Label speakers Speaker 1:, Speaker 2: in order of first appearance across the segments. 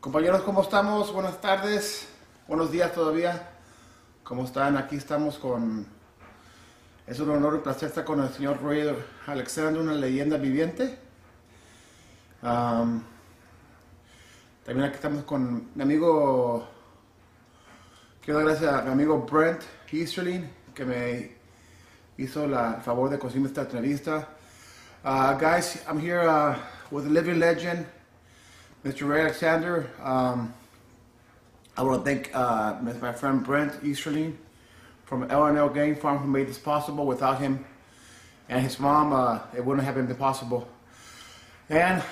Speaker 1: Compañeros, ¿cómo estamos? Buenas tardes, buenos días todavía. ¿Cómo están? Aquí estamos con... Es un honor y placer estar con el señor Roy Alexander, una leyenda viviente. Am, también aquí estamos con mi amigo... Quiero dar gracias a mi amigo Brent Easterling, que me hizo la, el favor de conseguirme esta entrevista. Uh, guys, I'm here uh, with a living legend, Mr. Ray Alexander. Um, I want to thank uh, my friend Brent Easterling from LNL Game Farm who made this possible. Without him and his mom, uh, it wouldn't have been possible. And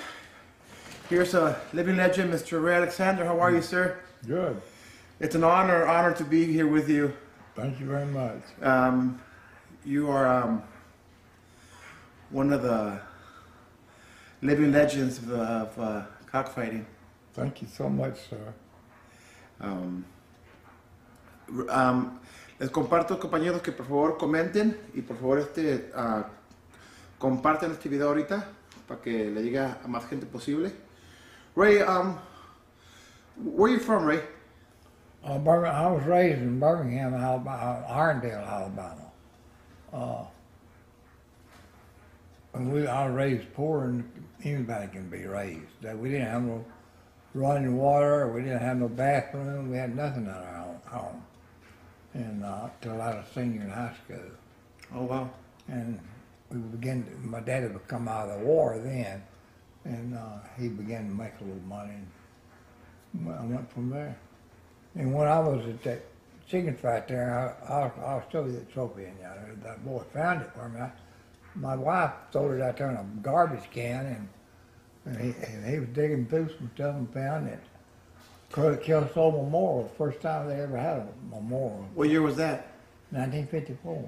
Speaker 1: here's a living legend, Mr. Ray Alexander. How are you, sir?
Speaker 2: Good.
Speaker 1: It's an honor, honor to be here with you.
Speaker 2: Thank you very much.
Speaker 1: Um, you are um, one of the living legends of, of uh, cockfighting.
Speaker 2: Thank you so much, sir.
Speaker 1: Um, r- um, les comparto, compañeros, que por favor comenten y por favor este, ah, compartan este video ahorita para que le llegue a más gente posible. Ray, um, where are you from, Ray?
Speaker 2: Uh, Bir- I was raised in Birmingham, Alabama, Irondale, Alabama. Uh, and we, I was raised poor, and anybody can be raised. That we didn't have no running water, we didn't have no bathroom, we had nothing in our own home. And uh, till I was senior in high school.
Speaker 1: Oh, wow.
Speaker 2: And we began, to, my daddy would come out of the war then, and uh, he began to make a little money. And I went from there. And when I was at that chicken fight there, I, I'll, I'll show you the trophy in there. That boy found it for me. I, my wife threw it out there in a garbage can, and, and, he, and he was digging through some stuff and found it. Col- Kelso Memorial, first time they ever had a memorial,
Speaker 1: What year was that?
Speaker 2: 1954,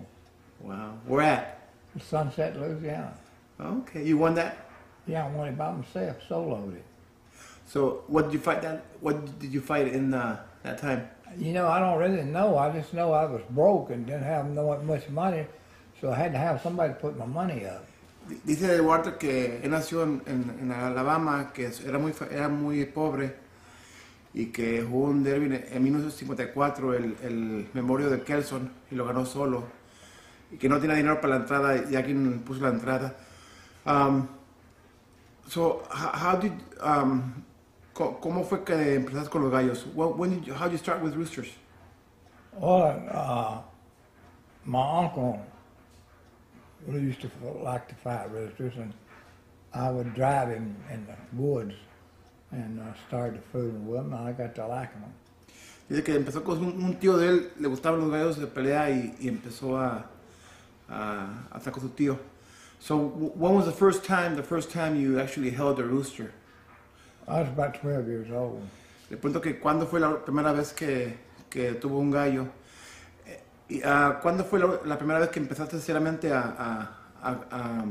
Speaker 1: Wow. Where at?
Speaker 2: Sunset, Louisiana.
Speaker 1: Okay, you won that.
Speaker 2: Yeah, I went it by myself, soloed it.
Speaker 1: So, what did you fight that? What did you fight in uh, that time?
Speaker 2: You know, I don't really know. I just know I was broke and didn't have no much money, so I had to have somebody to put my money up.
Speaker 1: Dice Eduardo que él nació en, en- en Alabama, que es- era muy, fa- era muy pobre y que jugó un derby en- en 1954, el, el memorio de Kelson, y lo ganó solo. Y que no tenía dinero para la entrada, y alguien puso la entrada. Um, so, how, how did, um, co- ¿cómo fue que empezaste con los gallos? What, when did you, how did you start with Roosters?
Speaker 2: Well, uh, my uncle who used to like to fight roosters, and I would drive him in the woods and uh, started fooling with him. I got to like him.
Speaker 1: Dice que empezó con un, un tío de él, le gustaban los gallos de pelea y, y empezó a, a, a estar con su tío. So, wh- when was the first time, the first time you actually held a rooster?
Speaker 2: I was about 12 years old.
Speaker 1: Le pregunto que cuándo fue la primera vez que, que tuvo un gallo. Eh, Y, ah, ¿Cuándo fue la, la primera vez que empezaste seriamente a, a, a, a,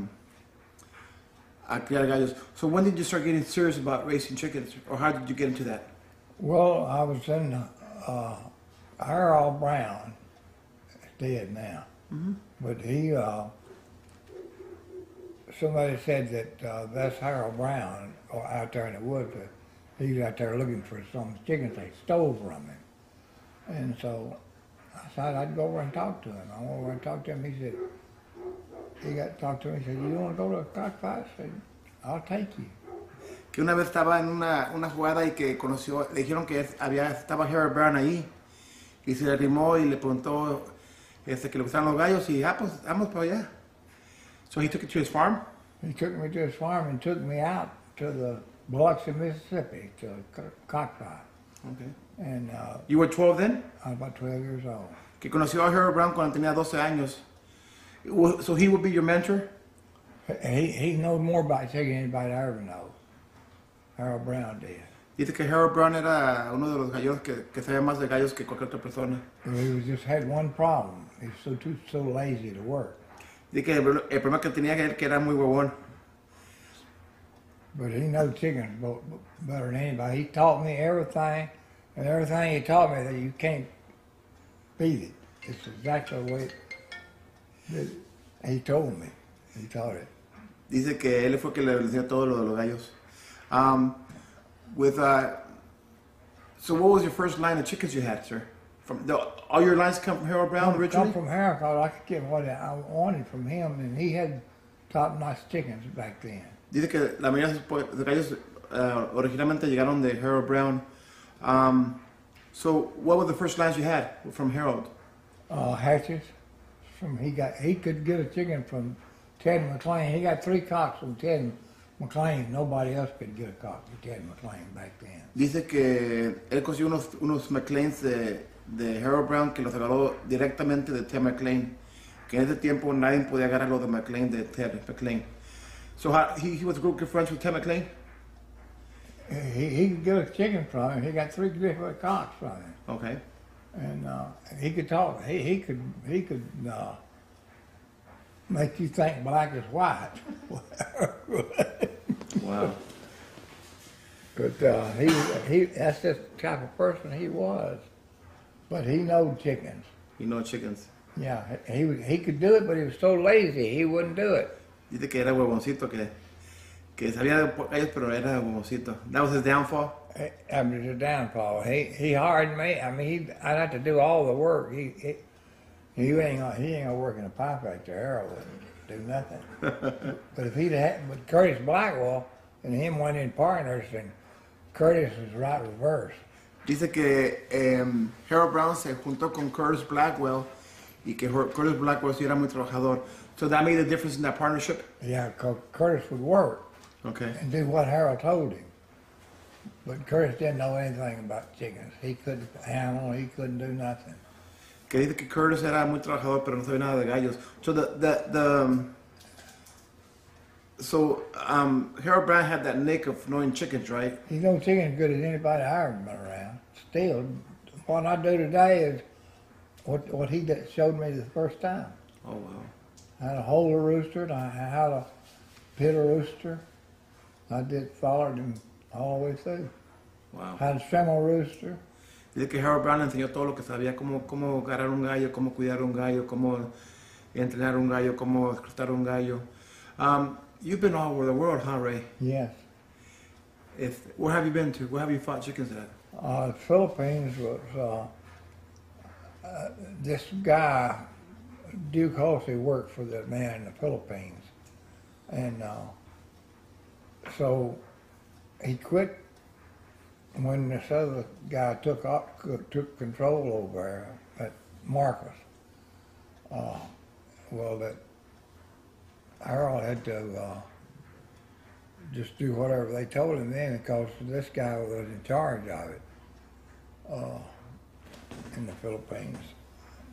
Speaker 1: a criar gallos? So, when did you start getting serious about raising chickens? Or how did you get into that?
Speaker 2: Well, I was in uh, Harold Brown, is dead now, but he uh, somebody said that uh, that's Harold Brown uh, out there in the woods. uh, He was out there looking for some chickens they stole from him, and so I said I'd go over and talk to him. I went over and talked to him. He said he got to talk to him. He said, "You want to go to a cockfight?" I said, "I'll take you."
Speaker 1: que una vez estaba en una, una jugada y que conoció, le dijeron que es- había, estaba Harold Brown ahí y se le arrimó y le preguntó este, que le gustaban los gallos y ah, pues vamos para allá. So he took it to his farm.
Speaker 2: He took me to his farm and took me out to the Biloxi, Mississippi, to a co- cockfight.
Speaker 1: Okay.
Speaker 2: And uh,
Speaker 1: You were 12 then?
Speaker 2: I was about 12 years old.
Speaker 1: Que conoció a Harold Brown cuando tenía 12 años. Wa- So he would be your mentor?
Speaker 2: He, he knows more about chicken than anybody I ever know. Harold Brown did.
Speaker 1: Dice que Harold Brown era uno de los gallos que, que sabía más de gallos que cualquier otra persona.
Speaker 2: He was just had one problem. He was so too so lazy to work.
Speaker 1: Dice que el, el problema que tenía era que era muy huevón.
Speaker 2: But he knows chickens bo- bo- better than anybody. He taught me everything, and everything he taught me that you can't beat it. It's exactly the way it, that he told me. He taught it.
Speaker 1: Dice que él fue el que le enseñó todo lo de los gallos. Um, with uh, So what was your first line of chickens you had, sir? From the, all your lines come from Harold Brown
Speaker 2: I come
Speaker 1: originally?
Speaker 2: from Harricot, I could get what I wanted from him, and he had top notch chickens back then.
Speaker 1: Dice que la mayoría de sus- de gallos uh, originalmente llegaron de Harold Brown. Um, so what were the first lines you had from Harold?
Speaker 2: Uh, hatches from he got he could get a chicken from Ted McLean. He got three cocks from Ted McLean. Nobody else could get a cock from Ted McLean back then.
Speaker 1: Dice que él consiguió unos, unos McLeans de, de Harold Brown que los agarró directamente de Ted McLean. Que en ese tiempo nadie podía agarrar los de McLean de Ted McLean. So how, he, he was good, good friends with Ted McLean?
Speaker 2: He, he could get a chicken from him. He got three different cocks from him,
Speaker 1: Okay.
Speaker 2: and uh, he could talk. He he could he could uh, make you think black is white.
Speaker 1: Wow.
Speaker 2: But uh, he he that's the type of person he was. But he knowed chickens.
Speaker 1: You know chickens.
Speaker 2: Yeah, he he could do it, but he was so lazy he wouldn't do it.
Speaker 1: Dice que era huevoncito, que, que sabía de po- ellos, pero era huevoncito. That was his downfall.
Speaker 2: I I mean, it's a downfall. He he hired me. I mean, he, I'd have to do all the work. He he, he ain't gonna, he ain't gonna work in a pipe like the arrow wouldn't do nothing. but if he'd had, but Curtis Blackwell and him went in partners, and Curtis was right reverse.
Speaker 1: Dice que em, Harold Brown se juntó con Curtis Blackwell y que Hor- Curtis Blackwell sí era muy trabajador. So that made a difference in that partnership.
Speaker 2: Yeah, 'cause Curtis would work
Speaker 1: Okay.
Speaker 2: and do what Harold told him. But Curtis didn't know anything about chickens. He couldn't handle. He couldn't do nothing.
Speaker 1: Que dice que Curtis era muy trabajador, pero no sabía nada de gallos. So the the the um, so um, Harold Brown had that nick of knowing chickens, right?
Speaker 2: You know, chicken's good as anybody I ever been around. Still, what I do today is what what he did, showed me the first time.
Speaker 1: Oh wow.
Speaker 2: How to hold a rooster, and I- how to pit a rooster. I did followed him all the way through.
Speaker 1: Wow.
Speaker 2: How to trim a rooster.
Speaker 1: Dice que Harold Brown le enseñó todo lo que sabía, cómo, cómo agarrar un gallo, cómo cuidar un gallo, cómo entrenar un gallo, cómo escrutar un gallo. Um, you've been all over the world, huh, Ray?
Speaker 2: Yes.
Speaker 1: If, where have you been to? Where have you fought chickens at?
Speaker 2: Uh, Philippines was uh, uh, this guy Duke Halsey worked for the man in the Philippines, and uh, so he quit when this other guy took up, took control over there at Marcus. Uh, well, that Harold had to. Uh, just do whatever they told him then because this guy was in charge of it uh, in the Philippines.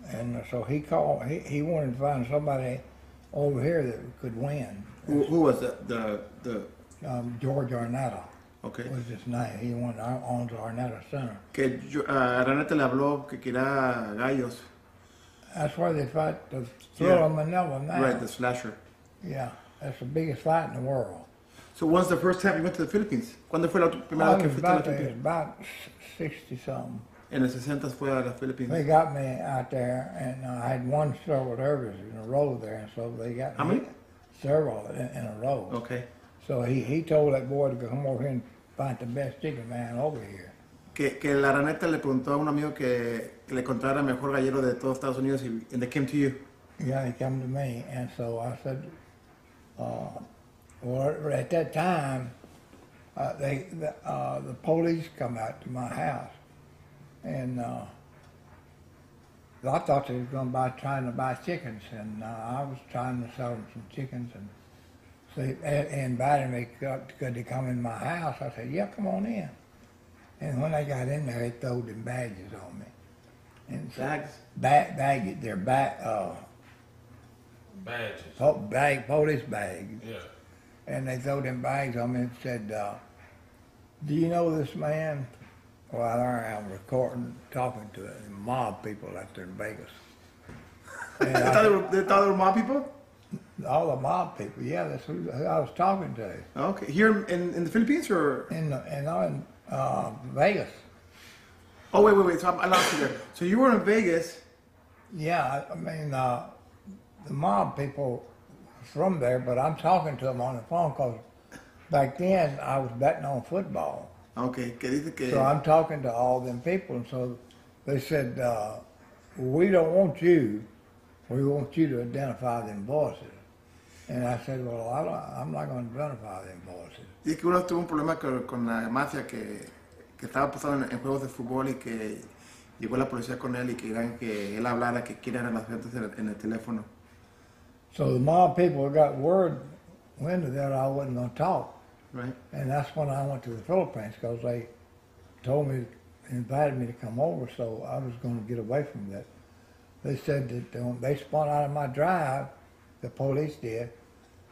Speaker 2: And so he called, he, he wanted to find somebody over here that could win.
Speaker 1: Who, who was that? The, the,
Speaker 2: Um, George Arnetta
Speaker 1: okay.
Speaker 2: was his name. He wanted to own the Arnetta Center.
Speaker 1: Que yo- a Araneta le habló que quería gallos.
Speaker 2: That's where they fight the Thriller
Speaker 1: Yeah.
Speaker 2: Manila now.
Speaker 1: Right, the slasher.
Speaker 2: yeah, that's the biggest fight in the world.
Speaker 1: So when's the first time you went to the Philippines? ¿Cuándo fue la tu- primera
Speaker 2: I
Speaker 1: vez que
Speaker 2: was
Speaker 1: fuiste a las
Speaker 2: about, to,
Speaker 1: Filipinas?
Speaker 2: about s- 60 something.
Speaker 1: En el 60 fue a las Filipinas.
Speaker 2: They got me out there, and uh, I had won several derbies in a row there, and so they got
Speaker 1: How
Speaker 2: me
Speaker 1: many?
Speaker 2: several in, in a row.
Speaker 1: Okay.
Speaker 2: So he, he told that boy to go come over here and find the best chicken man over here.
Speaker 1: Que, que la Araneta le preguntó a un amigo que, que le contara el mejor gallero de todos Estados Unidos y and they came to you.
Speaker 2: Yeah, he come to me, and so I said, uh, well, at that time, uh, they the, uh, the police come out to my house, and uh, I thought they was going to buy trying to buy chickens, and uh, I was trying to sell them some chickens, and so they they invited me could could they come in my house. I said, yeah, come on in. And when they got in there, they threw them badges on me, and so
Speaker 1: Bags.
Speaker 2: bag bag their back uh,
Speaker 3: Badges.
Speaker 2: po- bag police bags.
Speaker 3: Yeah.
Speaker 2: And they threw them bags on me and said, uh, Do you know this man? Well, there I am recording, talking to the mob people out there in Vegas. And
Speaker 1: They
Speaker 2: I-
Speaker 1: thought they were- they thought they were mob people?
Speaker 2: all the mob people, yeah, that's who, who I was talking to.
Speaker 1: Okay. Ah, Here in, in the Philippines or?
Speaker 2: In, the, in, in uh, Vegas.
Speaker 1: Oh, wait, wait, wait. So I'm, I lost you there. So you were in Vegas.
Speaker 2: Yeah, I- I mean, uh, the mob people from there, but I'm talking to them on the phone because back then I was betting on football.
Speaker 1: Aunque Ah, que dice que...
Speaker 2: So I'm talking to all them people, and so they said, uh, "We don't want you. We want you to identify them voices." And I said, "Well, I don't, I'm not going to identify them voices."
Speaker 1: Dice que uno tuvo un problema con, con la mafia que, que estaba pasando en, en juegos de fútbol y que llegó la policía con él y querían que él hablara que quién eran las gentes en el, en el teléfono.
Speaker 2: So the mob people got word window that I wasn't going to talk,
Speaker 1: Right?
Speaker 2: and that's when I went to the Philippines because they told me, invited me to come over, so I was going to get away from that. They said that um, they spun out of my drive, the police did,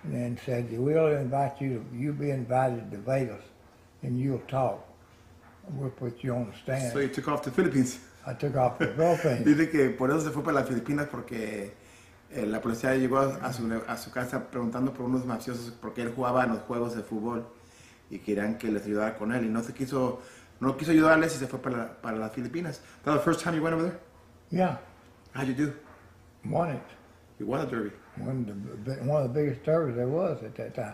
Speaker 2: and then said, "We'll invite you. You'll be invited to Vegas, and you'll talk. We'll put you on the stand."
Speaker 1: So he took off to Philippines.
Speaker 2: I took off to the Philippines.
Speaker 1: Dice que por eso se fue para las Filipinas porque eh, la policía llegó a, a su, a su casa preguntando por unos mafiosos porque él jugaba en los juegos de fútbol y querían que les ayudara con él y no se quiso no quiso ayudarles y se fue para, la- para las Filipinas. That was the first time you went over there?
Speaker 2: yeah,
Speaker 1: How'd you do?
Speaker 2: won it.
Speaker 1: You won the derby.
Speaker 2: One of the one of the biggest derbies there was at that time.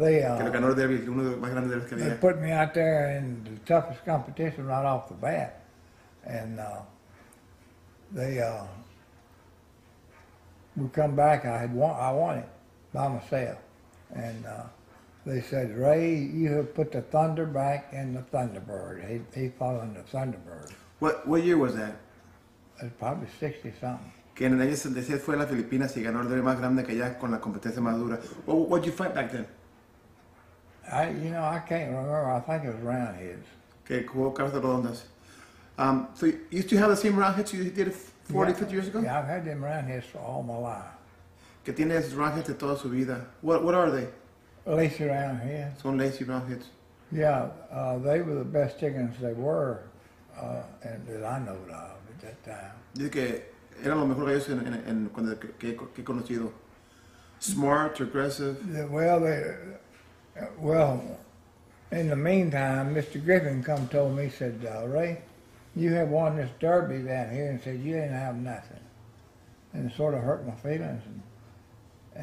Speaker 2: They
Speaker 1: Que lo
Speaker 2: uh,
Speaker 1: ganó el derby, uno de los más grandes derbys que
Speaker 2: they
Speaker 1: había.
Speaker 2: put me out there in the toughest competition right off the bat, and uh, they uh, we come back. I had won. I won it by myself, and uh, they said, "Ray, you have put the Thunder back in the Thunderbird." He he fought in the Thunderbird.
Speaker 1: What, what year was that?
Speaker 2: It's probably sixty something.
Speaker 1: Que en el año 76 fue a las Filipinas y ganó el derby más grande que allá con la competencia más dura. What, what you fight back then?
Speaker 2: I you know I can't remember. I think it was Roundheads.
Speaker 1: que jugó Carlos de Redondas. Um, so you used to have the same round hits you did 40, 50 years ago?
Speaker 2: Yeah, I've had them roundheads for all my life.
Speaker 1: Que tienes round hits de toda su vida. What, what are they?
Speaker 2: Lacy roundheads.
Speaker 1: Son lazy round hits.
Speaker 2: Yeah, uh, they were the best chickens they were, uh, and that I know of at that time.
Speaker 1: Dice que eran los mejores gallos en, en, en- cuando- que, que- que he conocido. Smart, aggressive.
Speaker 2: Yeah, Well, they, uh, well, in the meantime, Mr. Griffin come told me, said, uh, Ray, you have won this derby down here, and said, you didn't have nothing. And it sort of hurt my feelings. And,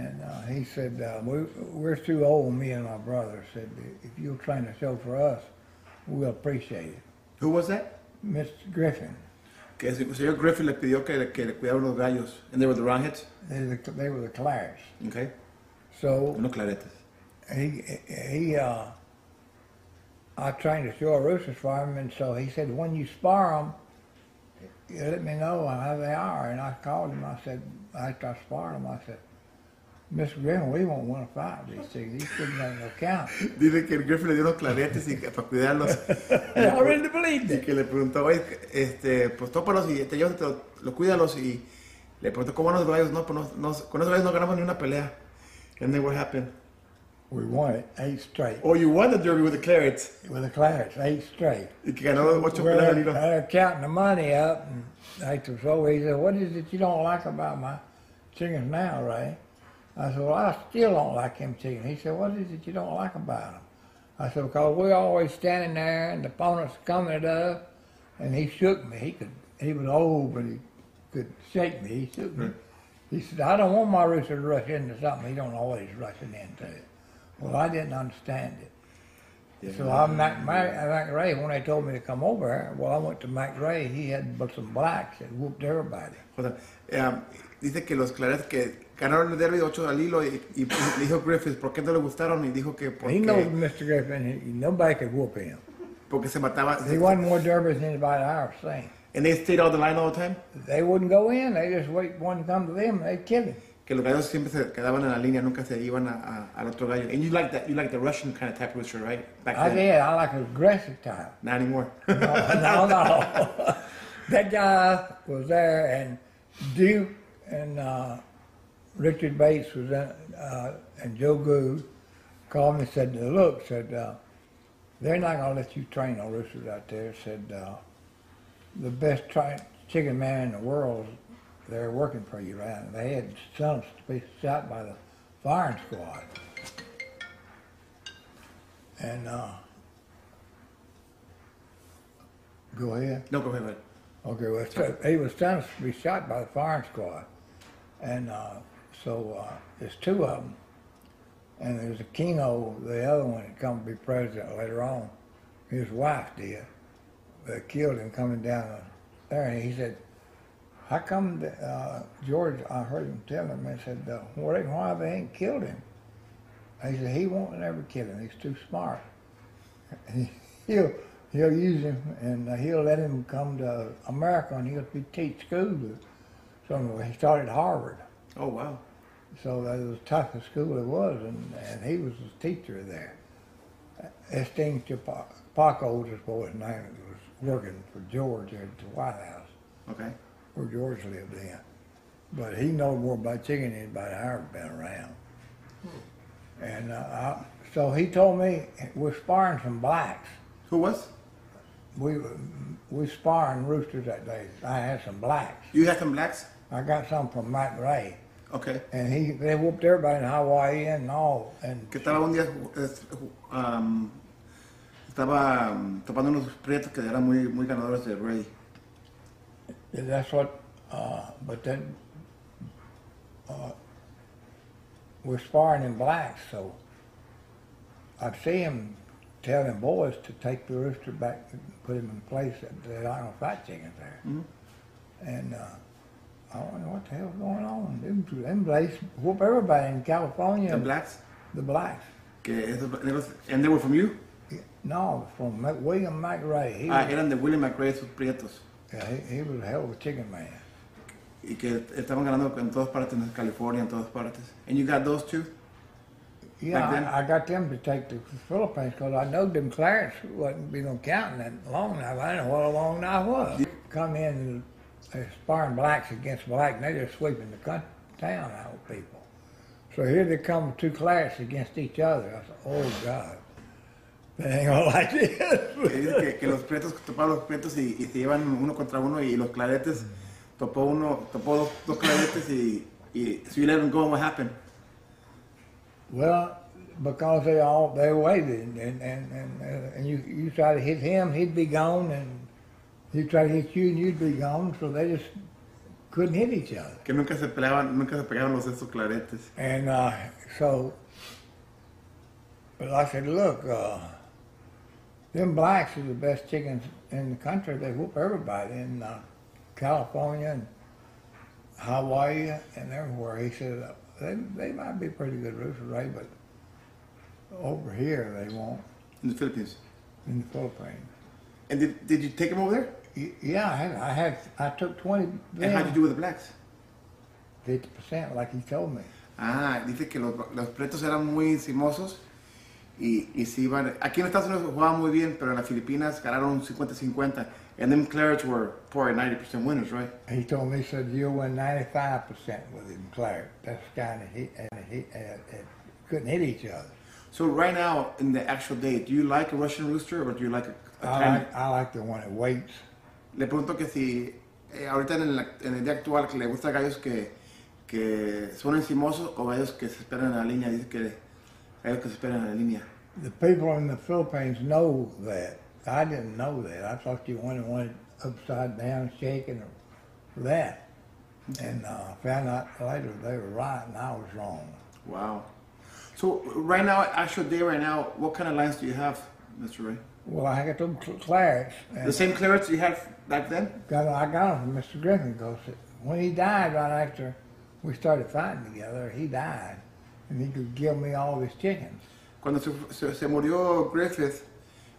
Speaker 2: and uh, he said, uh, we, we're too old, me and my brother, said, if you'll train a show for us, we'll appreciate it.
Speaker 1: Who was that?
Speaker 2: Mr. Griffin,
Speaker 1: Que el señor Griffin le pidió que, le- que le cuidaran los gallos. And they were the round hits.
Speaker 2: they, the- they were the Clarish.
Speaker 1: Okay.
Speaker 2: So
Speaker 1: Unos claretes.
Speaker 2: he he uh I trained to show roosters for him, and so he said, when you spar them, you let me know how they are. And I called him. I said, after I sparred them, I said, Mr. Griffin, we won't want to fight these things. These things ain't no count.
Speaker 1: Dice que el Griffin le dio unos claretes y que, para cuidarlos.
Speaker 2: I really believed
Speaker 1: Y
Speaker 2: it.
Speaker 1: que le preguntó, oye, este, pues tópalos y te llevas, te lo, lo cuídalos. Y le preguntó, ¿cómo van los gallos? No, pues no, no- con esos gallos no ganamos ni una pelea. And then what happened?
Speaker 2: We won it eight straight
Speaker 1: Oh, you won the derby with the Clarets.
Speaker 2: with the Clarets, eight straight.
Speaker 1: Y que ganó ocho
Speaker 2: Well,
Speaker 1: peleas al
Speaker 2: they're,
Speaker 1: hilo.
Speaker 2: they're counting the money up, and like was always, he said, "What is it you don't like about my chickens now, Ray?" I said, "Well, I still don't like them chickens." He said, "What is it you don't like about them?" I said, "Because we're always standing there, and the opponent's coming at us." And he shook me. He could. He was old, but he could shake me. He shook me. He said, "I don't want my rooster to rush into something he don't always rushing into." Well, I didn't understand it. So I Mac, Mac, Mac Ray, when they told me to come over, well, I went to Mac Ray. He had but some blacks that whooped everybody.
Speaker 1: O sea, eh, dice que los Clarets que ganaron el derby ocho al hilo. Y, y le dijo Griffith, ¿por qué no le gustaron? Y dijo que
Speaker 2: He knows
Speaker 1: porque,
Speaker 2: Mr. Griffin. He, nobody could whoop him.
Speaker 1: porque se mataba.
Speaker 2: He won more derbies than anybody I ever seen.
Speaker 1: And they stayed out the line all the time.
Speaker 2: They wouldn't go in. They just wait one to come to them. and They'd kill him.
Speaker 1: Que los gallos siempre se quedaban en la línea, nunca se iban a- a- al otro gallo. And you like that, you like the Russian kind of type of rooster, right? Back
Speaker 2: I did. I like aggressive type.
Speaker 1: Not anymore.
Speaker 2: No, no, no. that guy was there, and Duke and uh, Richard Bates was in, uh, and Joe Gould called me and said, "Look," said, uh, "they're not gonna let you train no roosters out there." Said, uh, "The best tri- chicken man in the world, they're working for you right." now." They had some to be shot by the firing squad, and uh, go ahead.
Speaker 1: no, go ahead. go ahead.
Speaker 2: Okay, well, so he was sentenced to be shot by the firing squad. And uh, so uh, there's two of them. And there's a Keno, the other one that come to be president later on. He his wife did, that killed him coming down there. And he said, how come the, uh, George, I heard him tell him, I said, uh, well, they- why they ain't killed him? And he said, he won't never kill him. He's too smart. he'll, he'll use him and uh, he'll let him come to America and he'll be- teach school somewhere. He started Harvard.
Speaker 1: Oh, wow.
Speaker 2: So that was the type of school it was, and, and he was the teacher there. Esteem Chipa- Paco, this boy's name, was working for George at the White House,
Speaker 1: Okay.
Speaker 2: where George lived then. But he know more about chicken than anybody I ever been around. And uh, I, so he told me we're sparring some blacks.
Speaker 1: Who was?
Speaker 2: We were- we sparring roosters that day. I had some blacks.
Speaker 1: You had some blacks?
Speaker 2: I got some from Mike Ray,
Speaker 1: Okay.
Speaker 2: and he they whooped everybody in Hawaii and all. And
Speaker 1: Que estaba un día es, um, estaba um, topando unos prietos que eran muy, muy ganadores de Rey.
Speaker 2: And That's what, uh, but then, uh, we're sparring in blacks, so I'd see him tell them boys to take the rooster back and put him in place that they aren't gonna fight chickens there. And, uh, I wonder what the hell's going on. Them, them blacks whoop everybody in California.
Speaker 1: The blacks.
Speaker 2: The blacks.
Speaker 1: Que esos negros, and they were from you.
Speaker 2: No, from Mc- William McRae. He
Speaker 1: Ah,
Speaker 2: was,
Speaker 1: eran de William McRae, esos prietos.
Speaker 2: yeah, he, he was a hell of a chicken man.
Speaker 1: Y que estaban ganando en todas partes, en California, en todas partes. And you got those two?
Speaker 2: Yeah,
Speaker 1: Back then?
Speaker 2: I, I got them to take the Philippines because I know them Clarence wasn't be no counting that long knife. I didn't know what a long knife was. Come in and they're sparring blacks against black, and they're just sweeping the coun- town out of people. So here they come, two Clarence against each other. I said, oh God, they ain't gonna like
Speaker 1: Que
Speaker 2: this.
Speaker 1: dice que, que los prietos, topaban los prietos y, y se llevan uno contra uno y los claretes, topó uno, topó dos, dos claretes y, y so you let them go, what happened?
Speaker 2: well, because they all they waited, and and and, and, and you you try to hit him, he'd be gone, and you try to hit you, and you'd be gone. So they just couldn't hit each other.
Speaker 1: Que nunca se peleaban, nunca se pegaban los esos claretes.
Speaker 2: And uh, so, but I said, look, uh, them blacks are the best chickens in the country. They whoop everybody in uh, California and Hawaii and everywhere. He said, "Uh, they, they might be pretty good roosters, Ray, but over here they won't
Speaker 1: In the Philippines.
Speaker 2: in the Philippines.
Speaker 1: And did, did you take them over there?
Speaker 2: Y- Yeah, I had, I had, I took 20,
Speaker 1: And how'd you do with the blacks?
Speaker 2: 50%, like he told me.
Speaker 1: Ah, dice que los, los pretos eran muy cimosos y, y se iban... Aquí en Estados Unidos jugaban muy bien, pero en las Filipinas ganaron un 50-50. And them clerics were probably 90% winners, right?
Speaker 2: He told me, he said, you'll win 95% with him, Claire. That's the kind of hit, and hit, and, and couldn't hit each other.
Speaker 1: So right now, in the actual day, do you like a Russian rooster or do you like a, a
Speaker 2: I
Speaker 1: tiny-
Speaker 2: like, I like the one that waits.
Speaker 1: Le pregunto que si eh, ahorita en, la- en el día actual que le gusta gallos que, que son encimosos o gallos que se esperan en la línea. Dice que gallos que se esperan en la línea.
Speaker 2: The people in the Philippines know that. I didn't know that. I thought you wanted one upside down, shaking, or that. And uh, found out later they were right and I was wrong.
Speaker 1: Wow. So right now, actual day right now, what kind of lines do you have, Mr. Ray?
Speaker 2: Well, I got them cl- Clarets.
Speaker 1: The
Speaker 2: And
Speaker 1: same clearance you had back then?
Speaker 2: got, I got them from Mr. Griffin because when he died right after we started fighting together, he died. And he could give me all his chickens.
Speaker 1: Cuando se, se, se murió Griffith,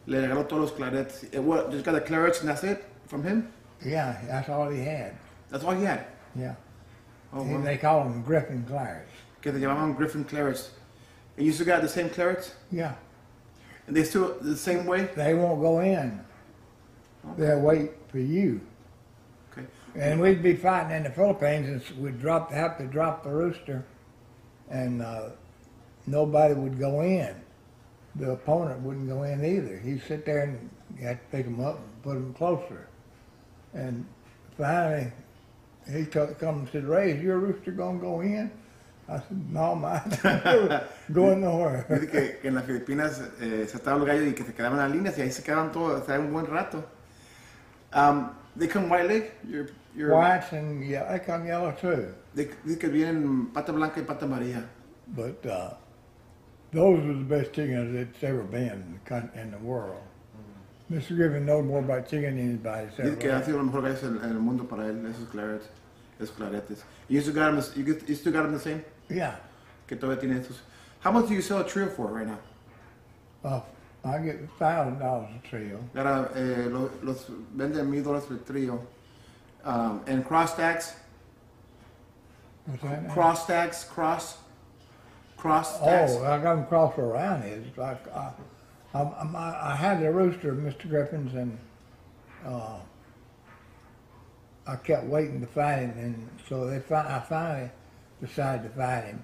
Speaker 1: le regaló todos los clarets. Eh, what, just got the clarets and that's it from him?
Speaker 2: Yeah, that's all he had.
Speaker 1: That's all he had.
Speaker 2: Yeah.
Speaker 1: Oh,
Speaker 2: And
Speaker 1: wow.
Speaker 2: they call them Griffin Clarets.
Speaker 1: Que se llamaban Griffin Clarets. And you still got the same clarets?
Speaker 2: Yeah.
Speaker 1: And they still the same way?
Speaker 2: They won't go in. They'll wait for you.
Speaker 1: Okay.
Speaker 2: And we'd be fighting in the Philippines and s- we'd drop, have to drop the rooster and uh, nobody would go in. The opponent wouldn't go in either. He'd sit there and you had to pick him up and put him closer. And finally, he co- come and said, Ray, is your rooster going to go in? I said, no, mine going nowhere.
Speaker 1: Dice que, que en las Filipinas eh, se ataban los gallos y que se quedaban en las líneas y ahí se quedaban todos, hasta un buen rato. Um, they come white leg, your, your,
Speaker 2: Whites and yeah, they come yellow too.
Speaker 1: they- dice que vienen pata blanca y pata amarilla.
Speaker 2: But uh, those were the best chickens that's ever been in the, coun- in the world. Mr. Griffin knows more about chicken than anybody. so-
Speaker 1: Dice que han sido los mejores gallos en, en el mundo para él, esos claretes. Esos claretes. You still got them, you get- you still got them the same?
Speaker 2: Yeah.
Speaker 1: Que todavía tiene estos. How much do you sell a trio for right now?
Speaker 2: Uh, I get thousand dollars a trio.
Speaker 1: Ahora eh, lo- los, venden mil dólares por trío. Um, and cross tags,
Speaker 2: What's that?
Speaker 1: cross tags, cross, cross tags.
Speaker 2: Oh, I got them crossed around it. It's like I, I, I, I had the rooster, Mr. Griffin's, and uh, I kept waiting to fight him, and so they fi- I finally decided to fight him,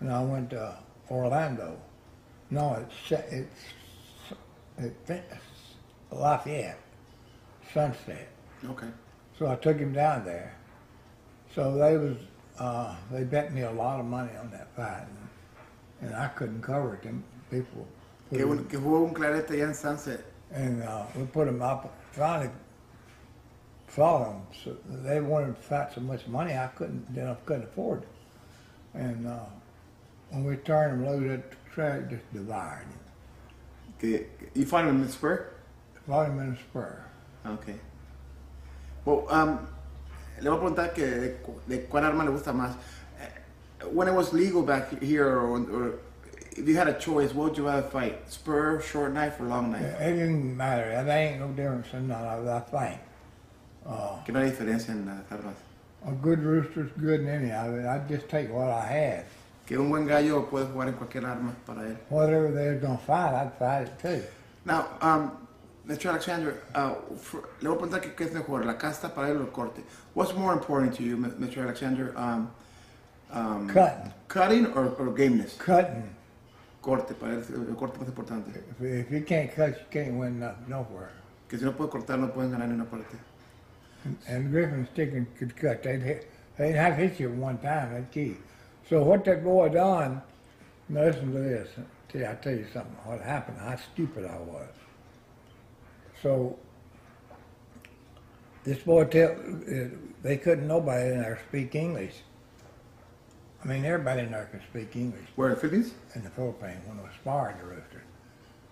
Speaker 2: and I went to Orlando. No, it's Sa- it's it's Fin- Lafayette, Sunset.
Speaker 1: Okay.
Speaker 2: So I took him down there. So they was uh, they bet me a lot of money on that fight, and, and I couldn't cover it. Them people, put
Speaker 1: Que, un-
Speaker 2: him-
Speaker 1: que jugó un clarete allá en Sunset.
Speaker 2: and uh, we put him up. Finally, fought him. So they wanted to fight so much money I couldn't then I couldn't afford it. And uh, when we turned him loose, that track just devoured him.
Speaker 1: Que, you find him in the spur?
Speaker 2: Fought him in a spur.
Speaker 1: Okay. Well, um, le voy a preguntar que de, cu- de cuál arma le gusta más. Eh, When it was legal back here, or, or if you had a choice, what would you rather fight? Spur, short knife, or long knife?
Speaker 2: It didn't matter. That ain't no difference in none of it. I think. Uh,
Speaker 1: Que no hay diferencia en las armas.
Speaker 2: A good rooster's good in any of it. I'd just take what I had.
Speaker 1: Que un buen gallo puede jugar en cualquier arma para él.
Speaker 2: Whatever they was gonna fight, I'd fight it too.
Speaker 1: Now, um, Mr. Alexander, uh, for, le voy a preguntar que- qué es mejor, la casta para él o el corte. What's more important to you, M- Mr. Alexander? Um, um,
Speaker 2: Cutting.
Speaker 1: Cutting or, or gameness?
Speaker 2: Cutting.
Speaker 1: Corte, para él, el corte más importante.
Speaker 2: If, if you can't cut, you can't win nothing nowhere.
Speaker 1: Que si no puede cortar, no pueden ganar ni una parte.
Speaker 2: And Griffin Sticking could cut. They'd hit, they'd have hit you one time, they'd kill you. So what that boy done, now listen to this. See, I'll tell you something, what happened, how stupid I was. So this boy tell, they couldn't, nobody in there speak English. I mean, everybody in there could speak English
Speaker 1: Where, in Philippines?
Speaker 2: in the propane when it was fired the rooster.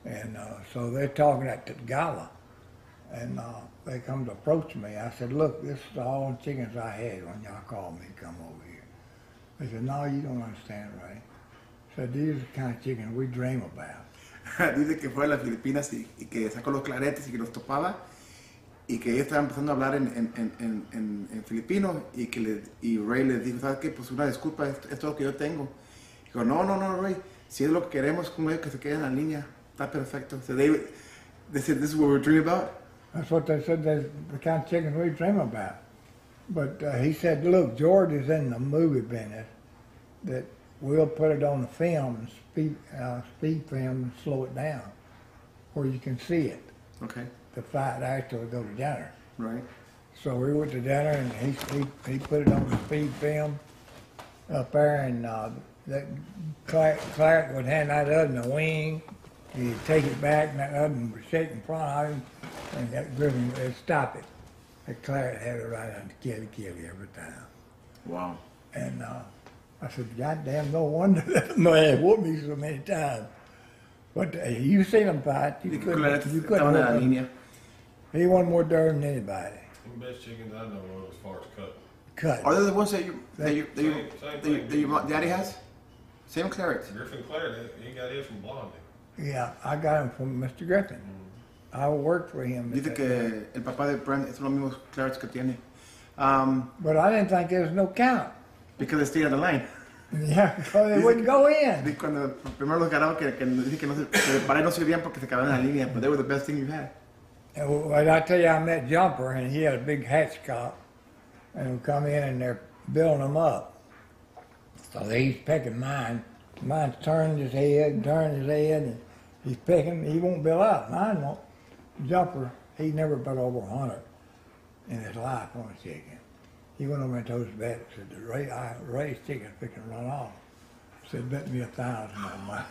Speaker 2: And uh, so they're talking at the gala, and uh, they come to approach me. I said, "Look, this is all the chickens I had when y'all called me to come over here." They said, "No, you don't understand, Ray." I said, "These are the kind of chickens we dream about."
Speaker 1: Dice que fue a las Filipinas y, y que sacó los claretes y que los topaba. Y que ellos estaban empezando a hablar en, en, en- en, en, en filipino. Y que le, y Ray les dijo, ¿sabes qué? Pues una disculpa, esto, esto es lo que yo tengo. Dijo, no, no, no, Ray. Si es lo que queremos, como ellos que se queden en la línea. Está perfecto. So they, they said, this is what we're dreaming about.
Speaker 2: That's what they said. That's the kind of chickens we dream about. But uh, he said, "Look, George is in the movie business. That we'll put it on the film, and speed uh, speed film, and slow it down, where you can see it.
Speaker 1: Okay,
Speaker 2: The fight actually go to dinner.
Speaker 1: right.
Speaker 2: So we went to dinner, and he he, he put it on the speed film up there, and uh, that Clark, Clark would hand that oven a wing. He'd take it back, and that oven would shake in front of him, and that Griffin would stop it. That Clark had it right on the kitty kitty every time.
Speaker 1: Wow.
Speaker 2: And uh, I said, God damn, no wonder that man whooped me so many times. But uh, you seen him fight.
Speaker 1: Y
Speaker 2: You
Speaker 1: que los claretes
Speaker 2: couldn't, you couldn't
Speaker 1: estaban en la
Speaker 2: whoop him.
Speaker 1: línea.
Speaker 2: He won more dirt than anybody.
Speaker 3: The best chickens I know of as far as cutting.
Speaker 2: Cut.
Speaker 1: Are they the ones that you, that you, that you,
Speaker 3: Same- same
Speaker 1: that you,
Speaker 3: thing.
Speaker 1: that your daddy has? Same claret.
Speaker 3: Griffin Claret, he got his from Blondie.
Speaker 2: Yeah, I got him from Mr. Griffin. I worked for him.
Speaker 1: Dice que el papá de Brent son los mismos clarets que tiene. Um,
Speaker 2: But I didn't think there was no count.
Speaker 1: because they stay on the line.
Speaker 2: Yeah, so they
Speaker 1: Dice
Speaker 2: wouldn't go in.
Speaker 1: Dice Cuando primero los ganaron, que, que dice que, no se, que para él no servían porque se acababan en la línea. But they were the best thing you had.
Speaker 2: And well, I tell you, I met Jumper, and he had a big hatchcock, and would come in, and they're building them up. So he's pecking mine. Mine's turned his head, turned his head, and he's pecking. He won't build up. Mine won't. Jumper, he never put over a 100 in his life on a chicken. He went over and told his vet, said, the Ray, I raised chicken picking run off. Said, bet me a thousand on mine.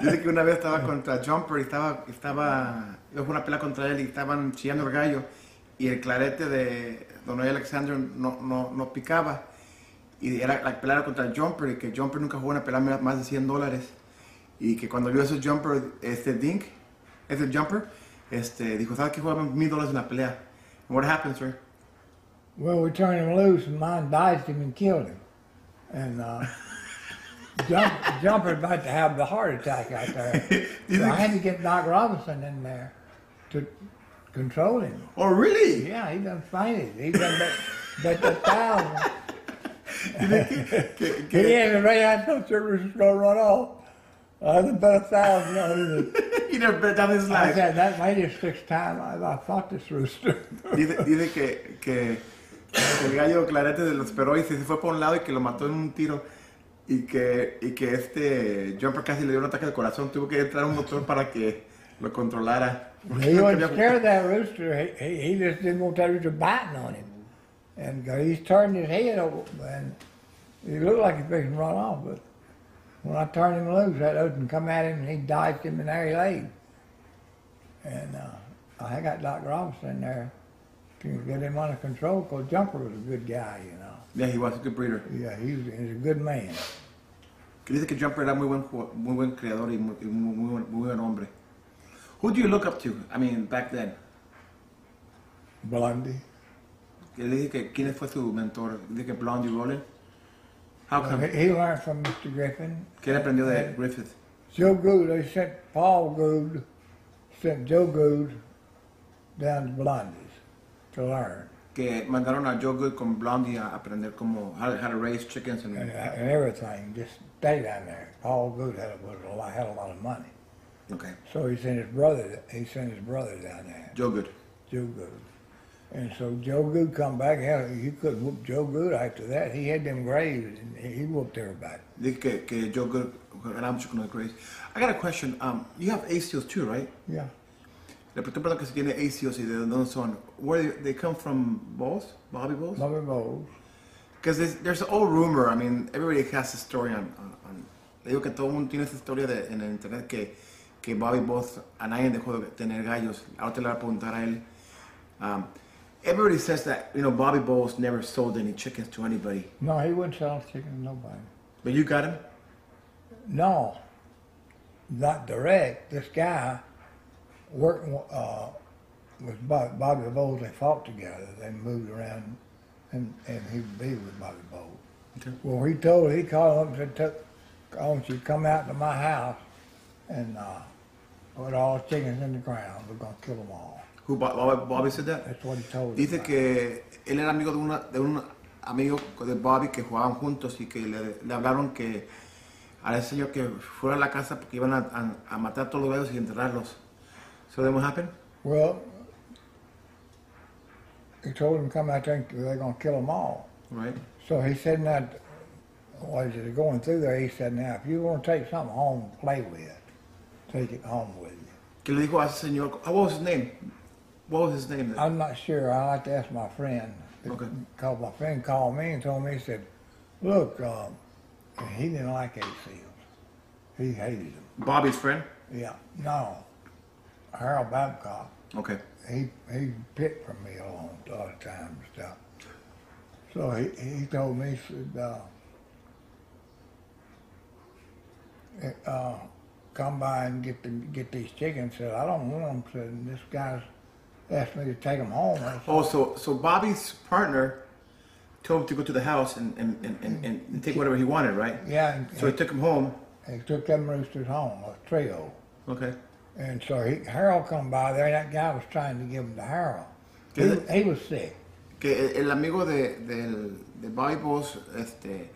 Speaker 1: Dice que una vez estaba contra Jumper y estaba, estaba, iba a jugar una pelea contra él y estaban chillando el gallo. Y el clarete de Donoy Alexander no, no, no picaba. Y era la pelea era contra Jumper y que Jumper nunca jugó una pelea más de 100 dólares. Y que cuando vio ese Jumper, este Dink, ese Jumper, Este, dijo, ¿sabes qué? Juega mil dólares en la pelea. And what happened, sir?
Speaker 2: Well, we turned him loose, and mine dodged him and killed him. And uh, Jump, Jumper about to have the heart attack out there.
Speaker 1: You
Speaker 2: So I
Speaker 1: think-
Speaker 2: had to get Doc Robinson in there to control him.
Speaker 1: oh, really?
Speaker 2: Yeah, he done fainted. He done bet, bet the thousand.
Speaker 1: Que-
Speaker 2: He
Speaker 1: que-
Speaker 2: had a ray I thought there was going to run off. I done bet a thousand on it.
Speaker 1: he never bet down his
Speaker 2: I
Speaker 1: life.
Speaker 2: said, that made it six times. I, I fought this rooster.
Speaker 1: Dice, dice que, que el gallo Clarete se lo esperó y se se fue por un lado y que lo mató en un tiro. Y que, y que este Jumper casi le dio un ataque al corazón. Tuvo que entrar un doctor para que lo controlara. Porque
Speaker 2: he
Speaker 1: no
Speaker 2: wasn't
Speaker 1: quería-
Speaker 2: scared of that rooster. He, he, he just didn't want that rooster biting on him. And 'cause he's turned his head over, and he looked like he was fixing to run off. But when I turned him loose, that open come at him, and he dodged him, and there he laid. And uh, I got Doc Robinson there to get him under control, because Jumper was a good guy, you know.
Speaker 1: Yeah, he was a good breeder.
Speaker 2: Yeah, he was, he was a good man.
Speaker 1: Que dice que Jumper era muy buen, jugador- muy buen creador y muy, y muy, muy buen- muy buen hombre. Who do you look up to? I mean, back then.
Speaker 2: Blondie.
Speaker 1: Que le dice que quién fue su mentor. Dice que Blondie Rollin. How
Speaker 2: He,
Speaker 1: come?
Speaker 2: he learned from Mr. Griffin.
Speaker 1: ¿Qué le aprendió de Griffith?
Speaker 2: Joe Gould, they sent Paul Gould, sent Joe Gould down to Blondie's to learn
Speaker 1: que mandaron a Joe Good con Blondie a aprender cómo how, how to raise chickens and
Speaker 2: and, and everything. Just stay down there. Paul Gould had, was a lot, had a lot of money,
Speaker 1: okay
Speaker 2: so he sent his brother. He sent his brother down there,
Speaker 1: Joe Good
Speaker 2: Joe Gould. And so Joe Gould come back. Hell, you couldn't whoop Joe Gould after that. He had them graves, and he he whooped everybody.
Speaker 1: dije que, que Joe Good ganaba mucho con los Grays I got a question um you have ACOs too right
Speaker 2: Yeah.
Speaker 1: le pregunté por lo que se tiene ACOs y de dónde son where they, they come from balls Bobby balls
Speaker 2: Bobby Bowles.
Speaker 1: because there's, there's an old rumor I mean everybody has a story on, on, on le digo que todo el mundo tiene esa historia de, en el internet que que Bobby Balls a nadie dejó de tener gallos ahora te la voy a preguntar a él um, Everybody says that you know Bobby Bowles never sold any chickens to anybody.
Speaker 2: No, he wouldn't sell chicken to nobody.
Speaker 1: But you got him?
Speaker 2: No, not direct. This guy worked uh, with Bobby, Bobby Bowles. They fought together. They moved around, and, and he'd be with Bobby Bowles.
Speaker 1: Okay.
Speaker 2: Well, he told he called him and said, "Tuck, "I want you to come out to my house and uh, put all the chickens in the ground. We're gonna kill them all."
Speaker 1: Who, Bob- Bob- Bobby said that?
Speaker 2: That's what he told.
Speaker 1: Dice
Speaker 2: him.
Speaker 1: que él era amigo de, una, de un amigo de Bobby que jugaban juntos y que le, le hablaron que al señor que fuera a la casa porque iban a, a- a matar a todos los gallos y enterrarlos. So then what happened?
Speaker 2: Well, he told him, "Come out there. and They're gonna kill them all."
Speaker 1: Right.
Speaker 2: So he said, now, was it going through there? He said, now, if you want to take something home to play with, take it home with you.
Speaker 1: Que le dijo a ese señor, oh, what was his name? What was his name?
Speaker 2: I'm not sure. I like to ask my friend.
Speaker 1: Okay.
Speaker 2: Because my friend called me and told me, he said, look, um, he didn't like these seals. He hated them.
Speaker 1: Bobby's friend?
Speaker 2: Yeah. No. Harold Babcock.
Speaker 1: Okay.
Speaker 2: he he picked from me a long a lot of times and stuff. So he, he told me he said, uh, eh, uh, "Come by and get the, get these chickens." Said, "I don't want them." Said, "And "This guy's asked me to take them home." I said,
Speaker 1: Oh, so, so Bobby's partner told him to go to the house and, and, and, and, and take whatever he wanted, right?
Speaker 2: yeah, and,
Speaker 1: So he took him home.
Speaker 2: and he took them roosters home, a trio.
Speaker 1: Okay.
Speaker 2: And so he, Harold come by there. That guy was trying to give them to Harold. He,
Speaker 1: Did it?
Speaker 2: he was sick.
Speaker 1: Que el, el amigo de, del- de Bobby Boss este,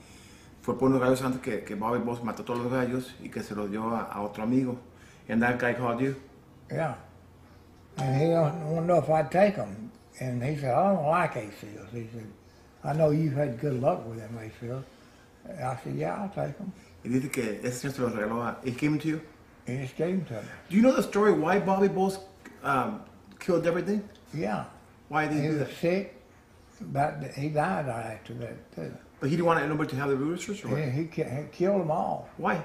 Speaker 1: fue por unos gallos antes que, que Bobby Boss mató todos los gallos y que se los dio a, a otro amigo. And that guy called you.
Speaker 2: Yeah. And he don't want to know if I'd take them. And he said, I don't like ACLs. He said, I know you've had good luck with them ACLs. And I said, yeah, I'll take them.
Speaker 1: Y dice que ese señor se los regaló a... He came to you.
Speaker 2: He just gave them to me.
Speaker 1: Do you know the story why Bobby Boss um, killed everything?
Speaker 2: Yeah.
Speaker 1: Why did he
Speaker 2: He
Speaker 1: do
Speaker 2: was
Speaker 1: that?
Speaker 2: sick. But he died right after that, too.
Speaker 1: But he didn't want anybody to have the roosters? Or what?
Speaker 2: He, he, ki- he killed them all.
Speaker 1: Why?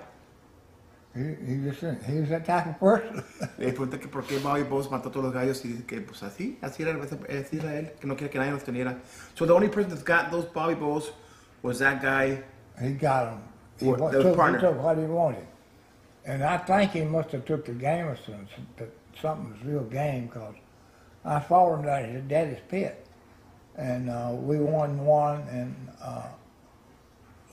Speaker 2: He, he just didn't- he was that type of person.
Speaker 1: Le pregunté que por qué Bobby Boss mató a todos los gallos y dice que pues así, así era, así era él, que no quería que nadie los tuviera. So the only person that got those Bobby Boss was that guy
Speaker 2: he got them. He,
Speaker 1: What,
Speaker 2: wa-
Speaker 1: the
Speaker 2: took, he
Speaker 1: partner?
Speaker 2: took what he wanted. And I think he must have took the gamestons to something was real game because I followed him down to his daddy's pit, and uh, we won one and uh,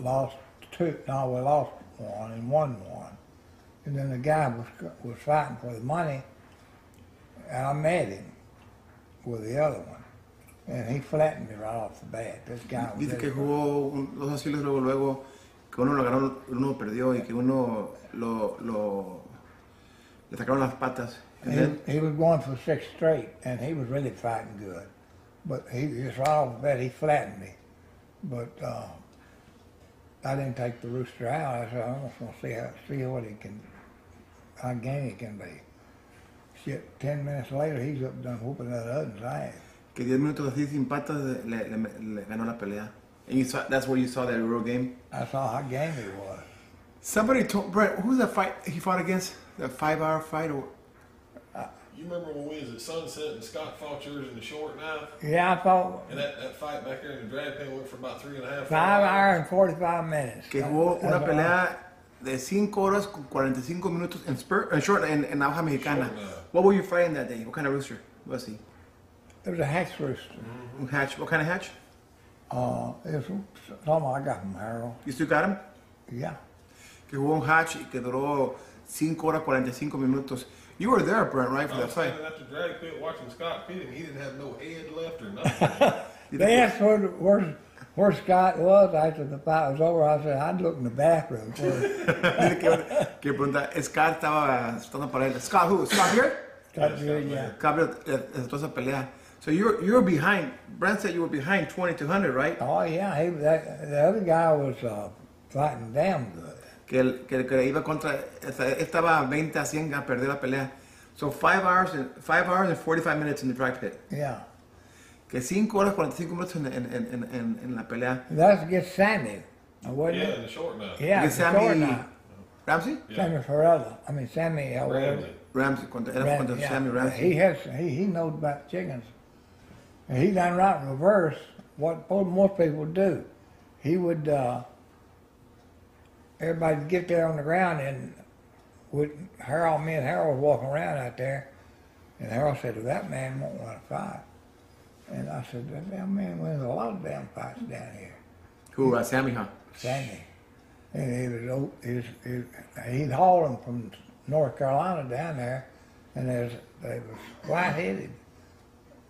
Speaker 2: lost two. No, we lost one and won one, and then the guy was was fighting for the money, and I met him with the other one, and he flattened me right off the bat. This guy was
Speaker 1: Dice que
Speaker 2: really-
Speaker 1: jugó un- dos asilos luego, luego, que uno lo ganó, uno perdió y que uno lo, lo- le sacaron las patas. And then-
Speaker 2: He, he was going for six straight, and he was really fighting good. But he just right off the bat, he flattened me. But uh, I didn't take the rooster out. I said, I just want to see how see what he can, how game he can be. Shit, ten minutes later, he's up done whooping that other's ass.
Speaker 1: que 10 minutos así sin patas le, le- le ganó la pelea. And you saw, that's where you saw that real game.
Speaker 2: I saw how game he was.
Speaker 1: Somebody told Brett, who's that fight he fought against? That five hour fight? Or,
Speaker 3: You remember when we was at Sunset and Scott fought yours in the short knife?
Speaker 2: Yeah, I thought
Speaker 3: And that, that fight back there in the drag pen went for about three and a half.
Speaker 2: five
Speaker 3: four
Speaker 2: hour and forty-five minutes.
Speaker 1: que jugó
Speaker 2: That's
Speaker 1: una
Speaker 2: all.
Speaker 1: pelea de 5 horas con 45 minutos en, spur, en short en, en navaja mexicana.
Speaker 3: Short navaja.
Speaker 1: What were you fighting that day? What kind of rooster was he?
Speaker 2: It was a hex rooster.
Speaker 1: Hatch. What kind of hatch?
Speaker 2: Uh, it was something I got from Harold.
Speaker 1: You still got him?
Speaker 2: Yeah.
Speaker 1: que jugó un hatch y que duró 5 horas 45 minutos. You were there, Brent, right, for
Speaker 3: I
Speaker 1: that
Speaker 3: was
Speaker 1: fight?
Speaker 3: standing at the drag pit watching Scott beat him. He didn't have no head left or nothing.
Speaker 2: They asked where, where, where Scott was after the fight was over. I said, I'd look in the bathroom. for him."
Speaker 1: Dice que, que pregunta, Scott estaba estando para él. Scott, who? Scott here?
Speaker 2: Scott said, yeah.
Speaker 1: Gabriel eh, entró a esa pelea. So you were, you were behind, Brent said you were behind 2200, right?
Speaker 2: Oh, yeah. He, that, the other guy was uh, fighting damn good.
Speaker 1: Que, el, que, que iba contra, esta- estaba 20 a 100 a perder la pelea. So 5 hours, and, five hours and 45 minutes in the drag pit.
Speaker 2: Yeah.
Speaker 1: Que 5 horas 45 minutos en, en, en, en- en, en la pelea.
Speaker 2: That's against Sammy, wasn't
Speaker 3: yeah,
Speaker 2: it?
Speaker 3: in the short knife.
Speaker 2: Yeah,
Speaker 1: Que
Speaker 2: for sure not.
Speaker 1: Ramsey?
Speaker 3: Yeah.
Speaker 2: Sammy Ferrella. I mean, Sammy. Uh,
Speaker 3: Ramsey.
Speaker 1: Ramsey, contra, era
Speaker 2: Ram-
Speaker 1: contra
Speaker 2: yeah.
Speaker 1: Sammy Ramsey.
Speaker 2: He has he, he knows about chickens. And he done right in reverse what po- most people do. He would uh, everybody would get there on the ground and would Harold me and Harold was walking around out there and Harold said, Well that man won't want to fight and I said, That damn man wins a lot of damn fights down here.
Speaker 1: Who? Uh, Sammy, huh?
Speaker 2: Sandy. And he was, o- he was, he was, he'd haul them from North Carolina down there, and there's, they was flat-headed.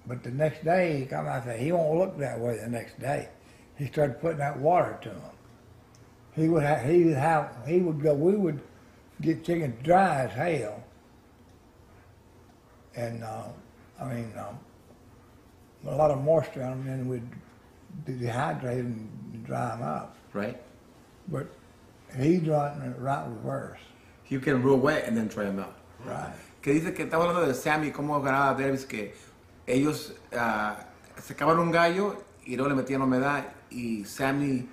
Speaker 2: But the next day, he come out and said, he won't look that way the next day. He started putting out water to him. He would have, he would have, he would go, we would get chickens dry as hell. And, uh, I mean, um, a lot of moisture on them, and we'd dehydrate them and dry them up.
Speaker 1: Right?
Speaker 2: But he's running it right reverse.
Speaker 1: You can real wet and then try him out.
Speaker 2: Right.
Speaker 1: Que dice que estaba hablando de Sammy, cómo ganaba Davis, que ellos ah, secaban un gallo y luego le metían humedad y Sammy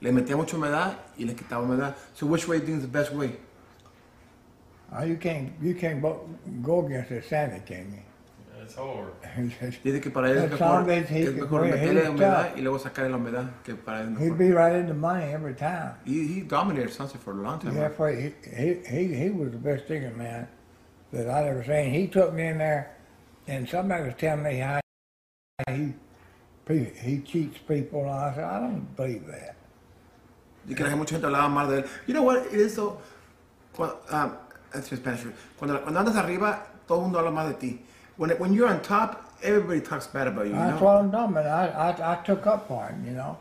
Speaker 1: le metía mucha humedad y le quitaba humedad. So which way do you think is the best way?
Speaker 2: Oh, you can't you can't bo- go against a Santa, can
Speaker 3: That's hard.
Speaker 2: you?
Speaker 1: Dice que para él es
Speaker 2: That
Speaker 1: mejor,
Speaker 2: sounds like he
Speaker 1: es
Speaker 2: could
Speaker 1: mejor
Speaker 2: win.
Speaker 1: meterle
Speaker 2: He was
Speaker 1: humedad
Speaker 2: tough.
Speaker 1: y luego sacarle la humedad, que para él es
Speaker 2: He'd
Speaker 1: mejor.
Speaker 2: be right in the money every time.
Speaker 1: He, he dominated Sunset for a long time.
Speaker 2: Yeah,
Speaker 1: right?
Speaker 2: for, he, he he he was the best chicken man that I'd ever seen. He took me in there, and somebody was telling me how he he, he cheats people, and I said I don't believe that.
Speaker 1: Y que la gente- mucha gente hablaba mal de él. You know what? Eso, cuando, um, that's in Spanish. Cuando, cuando andas arriba, todo el mundo habla mal de ti. When, when you're on top, everybody talks bad about you. you
Speaker 2: That's
Speaker 1: know?
Speaker 2: what I'm doing, but I, I, I took up for him, you know,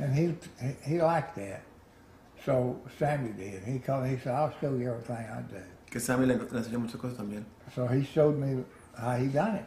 Speaker 2: and he he- he liked that. So Sammy did. He called. He said, "I'll show you everything I do."
Speaker 1: Que Sammy le, le enseñó muchas cosas también.
Speaker 2: So he showed me how he done it,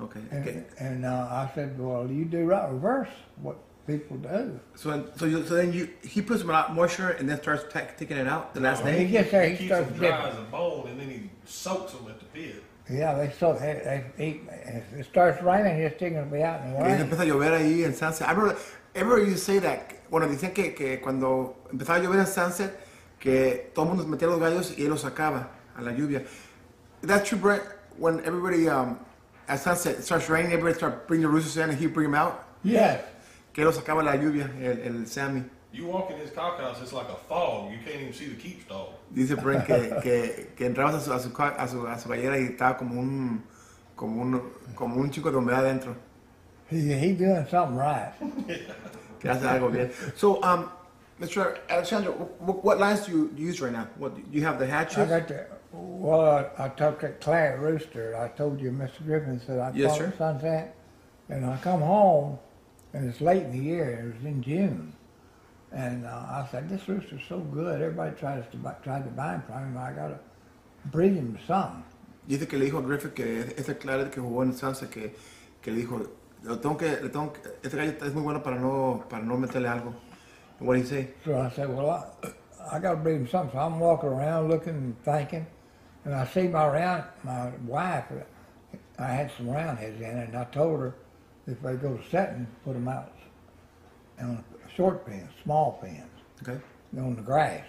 Speaker 1: Okay.
Speaker 2: and,
Speaker 1: okay.
Speaker 2: and uh, I said, "Well, you do right reverse what people do."
Speaker 1: So, so, you, so then you, he puts some out moisture and then starts ta- taking it out the last
Speaker 3: Oh,
Speaker 2: When he
Speaker 1: day.
Speaker 2: gets there, he
Speaker 3: keeps them
Speaker 2: starts
Speaker 3: dry
Speaker 2: dipping.
Speaker 3: as a bone and then he soaks them at the pit.
Speaker 2: Yeah, they so they, they eat. If it starts raining, his chicken will be out in the
Speaker 1: Y se
Speaker 2: rain.
Speaker 1: empieza a llover ahí en Sunset. I remember, I remember you say that. Bueno, dicen que, que cuando empezaba a llover en Sunset, que todo el mundo metía los gallos y él los sacaba a la lluvia. That's true, Brett. When everybody um, at Sunset it starts raining, 'em everybody starts bringing the roosters in and he bring them out.
Speaker 2: Yes.
Speaker 1: Que él los sacaba a la lluvia, el, el Sammy.
Speaker 3: You walk in his cockhouse, it's like a fog. You can't even see the keep stall.
Speaker 1: Dice Brent que, que, que entrabas a su, a, su, ca- a, su, a su gallera y estaba como un, como un, como un chico de humedad adentro.
Speaker 2: He, he doing something right.
Speaker 1: Que hace algo bien. So, um, Mr. Alexander, what, what lines do you use right now? What, do you have the
Speaker 2: I
Speaker 1: hatches?
Speaker 2: got the, well, I, I took that clay rooster. I told you, Mr. Griffin said I
Speaker 1: Yes,
Speaker 2: caught
Speaker 1: sir.
Speaker 2: sunset. And I come home, and it's late in the year. It was in June. And uh, I said, this rooster's so good. Everybody tries to buy, tried to buy him from him. I got to breed him some.
Speaker 1: Dice que le dijo a Griffith que este Claret que jugó en Sunset que, que le dijo, "Lo tengo que, le tengo que, este gallo es muy bueno para no, para no meterle algo. What do you say?
Speaker 2: So I said, well, I, I got to breed him something. So I'm walking around looking and thinking. And I see my round, my wife, I had some round heads in it, and I told her if they go to setting, put them out on short pins, small pins,
Speaker 1: Okay.
Speaker 2: on the grass.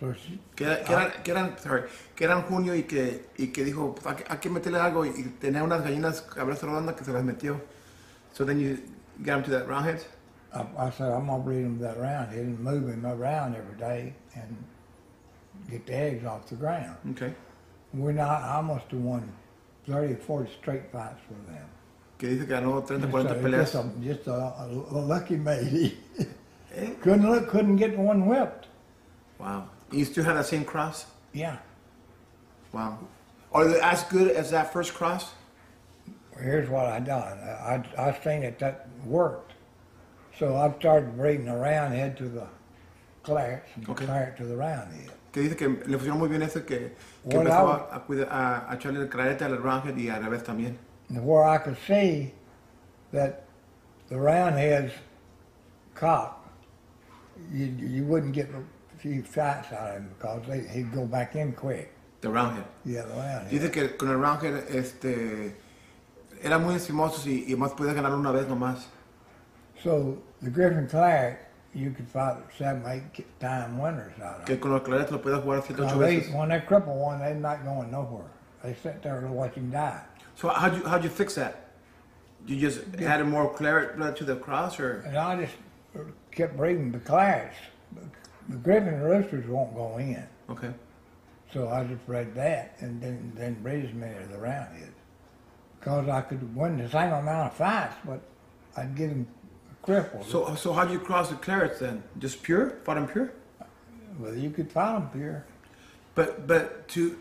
Speaker 2: So she,
Speaker 1: Que, era- que,
Speaker 2: Ah.
Speaker 1: eran, que, eran, sorry, que eran junio y que, y que dijo, "Pues, hay, que- hay que meterle algo y, y tenía unas gallinas cabeza rodando que se las metió. So then you got him to that roundhead.
Speaker 2: I, I said, I'm going to breed him that round head and move him around every day and get the eggs off the ground.
Speaker 1: Okay.
Speaker 2: We're not, I must have won 30 or 40 straight fights with them.
Speaker 1: Que dice que ganó 30,
Speaker 2: Just
Speaker 1: 40
Speaker 2: a-
Speaker 1: peleas.
Speaker 2: Just a, just a, a lucky matey.
Speaker 1: Eh?
Speaker 2: couldn't look, couldn't get one whipped.
Speaker 1: Wow. You still had that same cross?
Speaker 2: Yeah.
Speaker 1: Wow. Are they as good as that first cross?
Speaker 2: Well, here's what I done. I, I, I seen that that worked. So I started breeding the round head to the clarets and
Speaker 1: Okay.
Speaker 2: the claret to the round head.
Speaker 1: Que dice que le funcionó muy bien eso que, que
Speaker 2: Well,
Speaker 1: empezó
Speaker 2: now-
Speaker 1: a, a cuida- a, a echarle el clarete al roundhead y al revés también.
Speaker 2: And where I could see that the round head's cock, you, you wouldn't get a few fights out of him because they, he'd go back in quick.
Speaker 1: The roundhead.
Speaker 2: Yeah, the round head.
Speaker 1: Dice que con el roundhead este, eran muy encimosos y, y más podías ganar una vez nomás.
Speaker 2: So the Griffin Claret, you could fight seven, eight time winners out of.
Speaker 1: Que con los claretes lo podías jugar 7
Speaker 2: Now,
Speaker 1: ocho
Speaker 2: they,
Speaker 1: veces.
Speaker 2: when they cripple one, they're not going nowhere. They sit there and watch him die.
Speaker 1: So how'd you, how'd you fix that? You just added more claret blood to the cross or?
Speaker 2: And I just kept breeding the Clarets. The Griffin roosters won't go in.
Speaker 1: Okay.
Speaker 2: So I just bred that and then, then bred as many of the roundheads. Because I could win the same amount of fights, but I'd get them crippled.
Speaker 1: So, so how'd you cross the clarets then? Just pure? Fought 'em pure?
Speaker 2: well, you could fight them here.
Speaker 1: But, but to,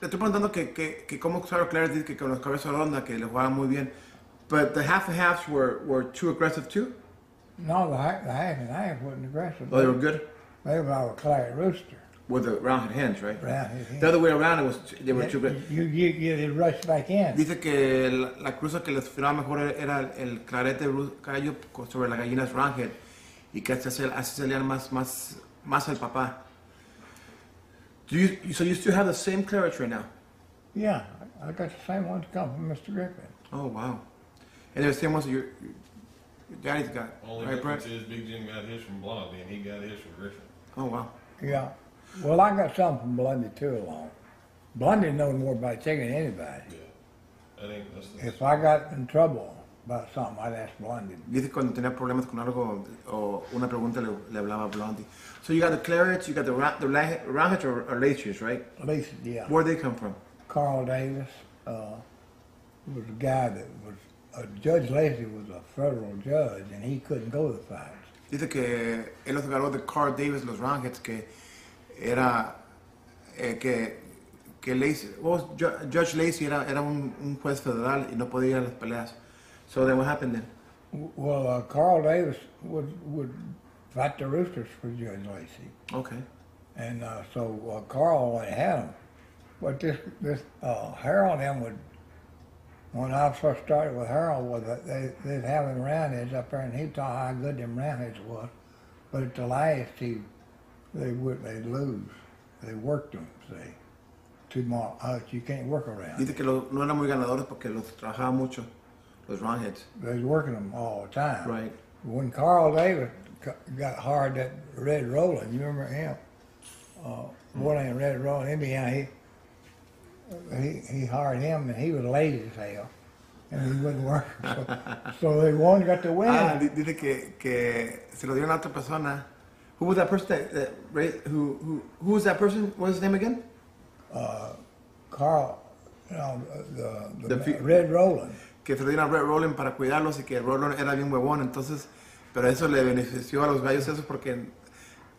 Speaker 1: le estoy preguntando que, que, que cómo usaron Claret dice que con los cabezas rondas que le jugaban muy bien. But the half and halves were, were too aggressive too?
Speaker 2: No, the half, the half and half wasn't aggressive.
Speaker 1: Oh, they were good?
Speaker 2: They were all Claret rooster.
Speaker 1: With the roundhead hands, right?
Speaker 2: Roundhead
Speaker 1: The
Speaker 2: hen.
Speaker 1: other way around, it was, they were too good.
Speaker 2: You, you, you, they rush back in.
Speaker 1: Dice que la, la cruza que les funcionaba mejor era el clarete ru- gallo co- sobre las gallinas roundhead y que así, se- así salían más, más, más el papá. Do you, so you still have the same claret right now?
Speaker 2: Yeah, I I got the same ones come from Mr. Griffin.
Speaker 1: Oh wow! And they're the same ones that your, your daddy's got,
Speaker 3: Only
Speaker 1: right,
Speaker 3: difference
Speaker 1: Brett?
Speaker 3: is Big Jim got his from Blondie and he got his from Griffin.
Speaker 1: Oh wow!
Speaker 2: Yeah. Well, I got some from Blundy too along. Blundy knows more about chicken than anybody.
Speaker 3: Yeah. That ain't that's the
Speaker 2: If I got in trouble about something, I'd ask Blundy.
Speaker 1: Dice que cuando tenía problemas con algo o una pregunta le, le hablaba a Blondie. So you got the clarets, you got the ra- the la- roundheads or, or Lathers, right?
Speaker 2: Lisa, yeah.
Speaker 1: Where they come from?
Speaker 2: Carl Davis uh, was a guy that was, uh, Judge Lacey was a federal judge, and he couldn't go to fights.
Speaker 1: Dice que él los agarró de Carl Davis, los roundheads, que era eh, que que Lacey, well, Ju- Judge Lacey era era un, un juez federal y no podía ir a las peleas. So then what happened then?
Speaker 2: Well, uh, Carl Davis would would fight the Roosters for Judge Lacey,
Speaker 1: Okay.
Speaker 2: and uh, so uh, Carl only had him. But this this uh, Harold and them would. When I first started with Harold, was that they they'd have him roundheads up there, and he thought how good them roundheads was. But at the last, he they would they lose. They worked them. See, too much. Uh, you can't work around.
Speaker 1: Dice que lo- no eran muy ganadores porque los trabajaba mucho, los roundheads.
Speaker 2: They was working them all the time.
Speaker 1: Right.
Speaker 2: When Carl Davis co- got hard at Red Roland, you remember him? Uh,
Speaker 1: Hmm.
Speaker 2: boy named Red uh, Roland, anyhow, he, he, he hired him and he was lazy as hell. and he wouldn't work. So, so they won, got the win.
Speaker 1: Ah, di- dice que, que se lo dieron a otra persona. Who was that person that, that ra- who, who, who was that person? What was his name again?
Speaker 2: Carl, you know, the, the,
Speaker 1: The fe-
Speaker 2: Red Roland.
Speaker 1: Que se lo dieron a Red Roland para cuidarlos y que Roland era bien huevón, entonces, pero eso le benefició a los gallos esos porque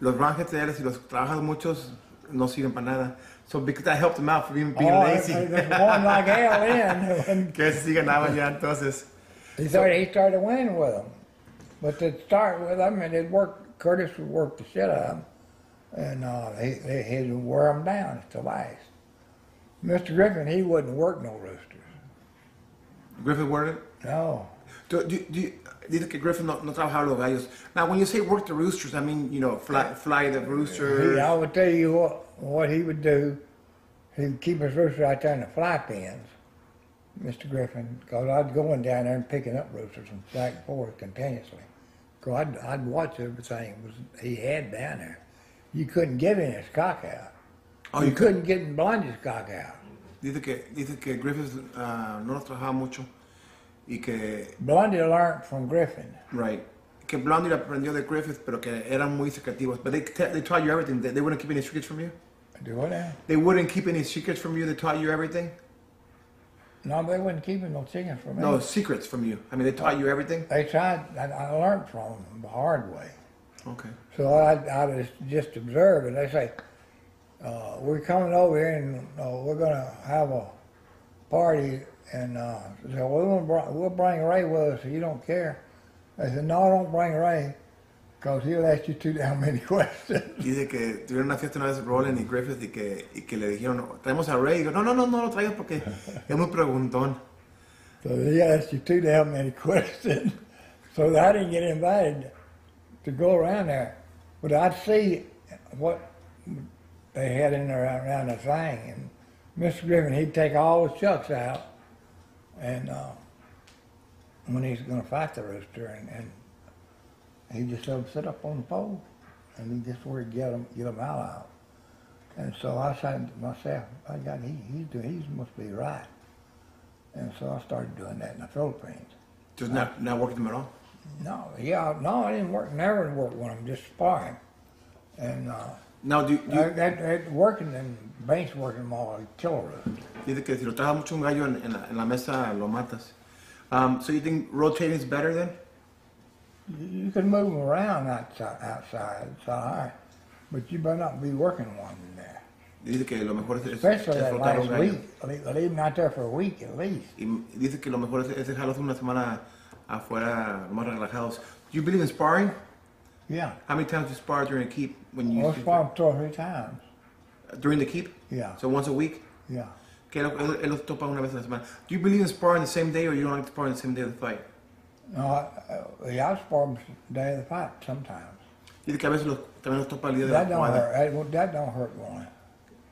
Speaker 1: los Rangers de él, si los trabajas muchos, no sirven para nada. So because that helped him out for being, being
Speaker 2: oh, I-
Speaker 1: lazy.
Speaker 2: I- there's one like hell in. And
Speaker 1: que sí ganaban ya entonces.
Speaker 2: he started, he started winning with them. But to start with, I mean, it worked. Curtis would work the shit out of them, and uh, he, he, he'd wear them down to ice. Mr. Griffin, he wouldn't work no roosters.
Speaker 1: Griffin Warden.
Speaker 2: No.
Speaker 1: Do, do, do you- dice que Griffin no, no trabajaba los gallos. Now, when you say work the roosters, I mean, you know, fly, fly the roosters.
Speaker 2: He, I would tell you what, what he would do. He'd keep his roosters out there in the fly pens, Mr. Griffin, because I'd go in down there and picking up roosters and back and forth continuously. So I'd, I'd watch everything was he had down there. You couldn't get in his cock out.
Speaker 1: Oh,
Speaker 2: you,
Speaker 1: you
Speaker 2: couldn't get in Blondie's cock out.
Speaker 1: Dice que, dice que uh, Griffin ah, no los trabajaba mucho y que,
Speaker 2: Blondie learned from Griffin.
Speaker 1: right, que Blondie aprendió de Griffith, pero que eran muy secretivos. But they, te- they taught you everything. They, they wouldn't keep any secrets from you.
Speaker 2: Do what now?
Speaker 1: They wouldn't keep any secrets from you. They taught you everything.
Speaker 2: No, they wouldn't keep him no chicken from me.
Speaker 1: No secrets from you. I mean, they taught you everything.
Speaker 2: They tried, I, I learned from them the hard way.
Speaker 1: Okay.
Speaker 2: So I, I was just observed, and they say, uh, "We're coming over here, and uh, we're gonna have a party." And uh, they said, "Well, we'll bring, we'll bring Ray with us. if You don't care?" I said, "No, don't bring Ray, because he'll ask you too damn many questions."
Speaker 1: Dice que tuvieron una fiesta una vez Roland y Griffith y que, y que le dijeron, traemos a Ray. Y digo, no, no, no, no lo traigas porque es muy preguntón.
Speaker 2: so he asked you too damn many questions. so I didn't get invited to go around there, but I'd see what they had in there around the thing, and Mr. Griffin, he'd take all the chucks out, and uh, when he's going to fight the rooster, and, and he just let him sit up on the pole, and he just where he'd get him, get him out of. And so I said to myself, I got he, he's doing, he must be right. And so I started doing that in the Philippines.
Speaker 1: Entonces, not, not working them at all.
Speaker 2: No, yeah, no, I didn't work, never worked with them, just sparring. And uh,
Speaker 1: No, do, do-
Speaker 2: that, that, that working and bench working them all like killer roosters.
Speaker 1: dice que si lo trabajas mucho un gallo en, en la, en la mesa, lo matas. Um, so you think rotating is better then?
Speaker 2: You you can move them around outside, outside, it's all right, but you better not be working one in there.
Speaker 1: Dice que lo mejor es, es-
Speaker 2: Especially
Speaker 1: es
Speaker 2: that
Speaker 1: rotar
Speaker 2: last
Speaker 1: un gallo.
Speaker 2: week, leave, leave them out there for a week at least.
Speaker 1: Y dice que lo mejor es, es dejarlos una semana afuera, más relajados. Do you believe in sparring?
Speaker 2: Yeah,
Speaker 1: How many times do you spar during a keep? When you
Speaker 2: well, it's probably two or three times,
Speaker 1: During the keep?
Speaker 2: Yeah.
Speaker 1: So once a week?
Speaker 2: yeah.
Speaker 1: Que él, él- él los topa una vez a la semana. Do you believe in sparring the same day or you don't like to spar on the same day of the fight?
Speaker 2: No, I, I, yeah, I spar them day of the fight sometimes.
Speaker 1: Dice que a veces los, también los topa el día de la
Speaker 2: That uh, don't
Speaker 1: jugada.
Speaker 2: hurt, that, won't- that don't hurt one.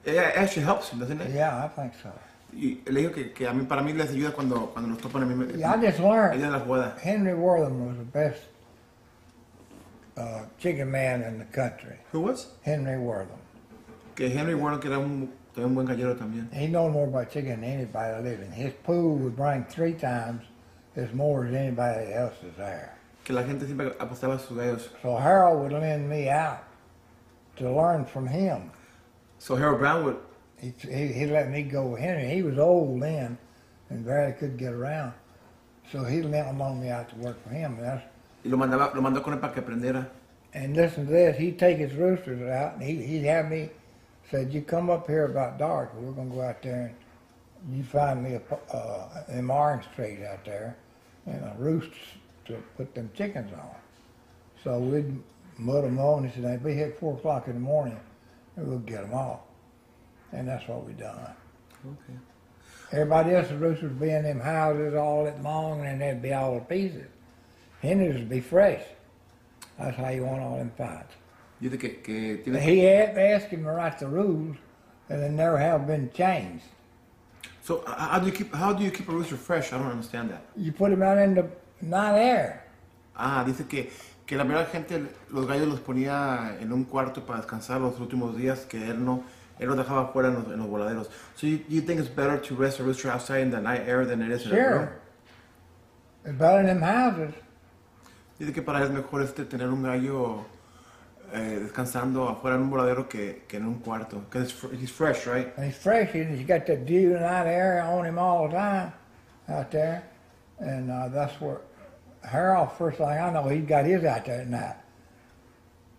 Speaker 1: It actually helps him, doesn't it?
Speaker 2: Yeah, I think so.
Speaker 1: Y le digo que, que a mí, para mí les ayuda cuando, cuando los topan a mí. me-
Speaker 2: Yeah, I just
Speaker 1: El
Speaker 2: learned.
Speaker 1: día de la jugada.
Speaker 2: Henry Wortham was the best uh, chicken man in the country.
Speaker 1: Who was?
Speaker 2: Henry Wortham.
Speaker 1: Que Henry Warren, que era un, también un buen gallero también.
Speaker 2: He know more about chicken than anybody living. His pool would bring three times as more as anybody else is there.
Speaker 1: Que la gente siempre apostaba a sus gallos.
Speaker 2: So Harold would lend me out to learn from him.
Speaker 1: So Harold Brown would,
Speaker 2: He, he, he let me go with Henry. He was old then and barely could get around. So he lent him on me out to work for him. And that's
Speaker 1: y lo, mandaba, lo mandó con él para que aprendiera.
Speaker 2: And listen to this, he'd take his roosters out and he, he'd have me, said, you come up here about dark, we're gonna go out there and you find me a, p- uh, an orange trees out there and a roost to put them chickens on. So we'd mud them on, he said, they'd be here at four o'clock in the morning and we'll get them all. And that's what we done.
Speaker 1: Okay.
Speaker 2: Everybody else's roosters would be in them houses all that long and they'd be all to pieces. Henry's would be fresh. That's how you want all them fights.
Speaker 1: Dice que, que
Speaker 2: But
Speaker 1: tiene...
Speaker 2: He had to ask him to write the rules, and they never have been changed.
Speaker 1: So h- how do, you keep, how do you keep a rooster fresh? I don't understand that.
Speaker 2: You put him out in the night air.
Speaker 1: Ah, dice que, que la primera gente, los gallos los ponía en un cuarto para descansar los últimos días, que él no, él los dejaba afuera en los, en los voladeros. So you, you think it's better to rest a rooster outside in the night air than it is in a room?
Speaker 2: Sure. It's better than them houses.
Speaker 1: Dice que para él es mejor este tener un gallo eh, descansando afuera en un voladero que, que en un cuarto. Que es fr- he's fresh, right?
Speaker 2: And he's fresh, and he's got that dew and night air on him all the time out there. And uh, that's where Harold, first thing I know, he got his out there at night,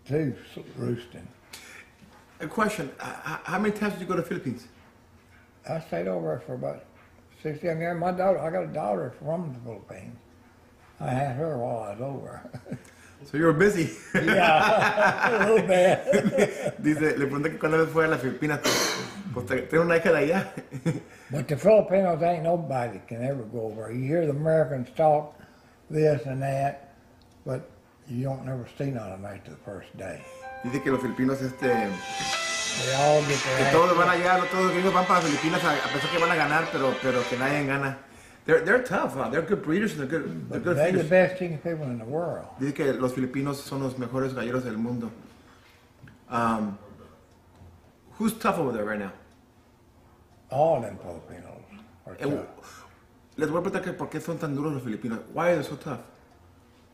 Speaker 2: too, s- roosting.
Speaker 1: A question: h- h- How many times did you go to Philippines?
Speaker 2: I stayed over there for about 60 years. My daughter, I got a daughter from the Philippines. I had her while I was over.
Speaker 1: So you were busy.
Speaker 2: yeah, a little bit.
Speaker 1: Dice, le pregunté que cuándo vez fue a las Filipinas. Pues, pues te- tengo una hija de allá.
Speaker 2: But the Filipinos ain't nobody can ever go over. there. You hear the Americans talk this and that, but you don't never see none of them after the first day.
Speaker 1: Dice que los filipinos, este,
Speaker 2: They all get
Speaker 1: que
Speaker 2: their
Speaker 1: todos
Speaker 2: ass.
Speaker 1: van allá, todos los gringos van para las Filipinas a, a pensar que van a ganar, pero, pero que nadie gana. They're, they're tough, huh? They're good breeders and they're good, they're
Speaker 2: But
Speaker 1: good
Speaker 2: They're the
Speaker 1: feeders.
Speaker 2: best chicken people in the world.
Speaker 1: Dice que los filipinos son los mejores galleros del mundo. Um, who's tough over there right now?
Speaker 2: All them Filipinos are
Speaker 1: Eh,
Speaker 2: tough.
Speaker 1: les voy a preguntar que por qué son tan duros los filipinos. Why are they so tough?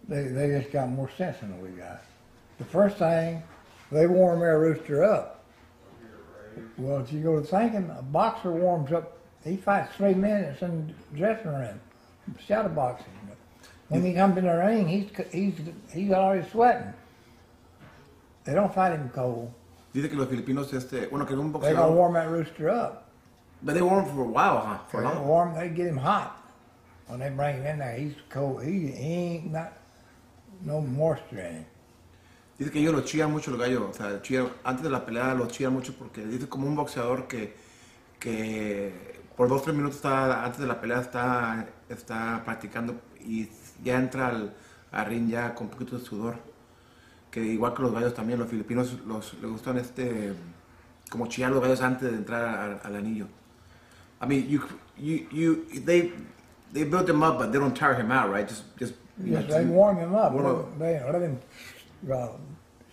Speaker 2: They, they just got more sense than we got. The first thing, they warm their rooster up. Well, if you go to thinking, a boxer warms up, he fights three minutes in the dressing room, shadow boxing. When he comes in the ring, he's, he's, he's already sweating. They don't fight him cold.
Speaker 1: Dice que los filipinos, este, bueno, que un
Speaker 2: They're going to
Speaker 1: boxeador.
Speaker 2: warm that rooster up.
Speaker 1: But they warm for a while, huh? For
Speaker 2: They
Speaker 1: long.
Speaker 2: warm, they get him hot. When they bring him in there, he's cold. He, he ain't not, no moisture in him.
Speaker 1: Dice que ellos lo chían mucho los gallos, o sea, chían- antes de la pelea lo chían mucho porque dice como un boxeador que, que por dos, tres minutos está, antes de la pelea está, está practicando y ya entra al, al ring ya con un poquito de sudor. Que igual que los gallos también, los filipinos los, les gustan este, como chillar los gallos antes de entrar al, al anillo. I mean, you, you, you, they, they build him up, but they don't tire him out, right? Just, just, you know,
Speaker 2: Yes, they
Speaker 1: to-
Speaker 2: warm him up.
Speaker 1: Warm up.
Speaker 2: They let him uh,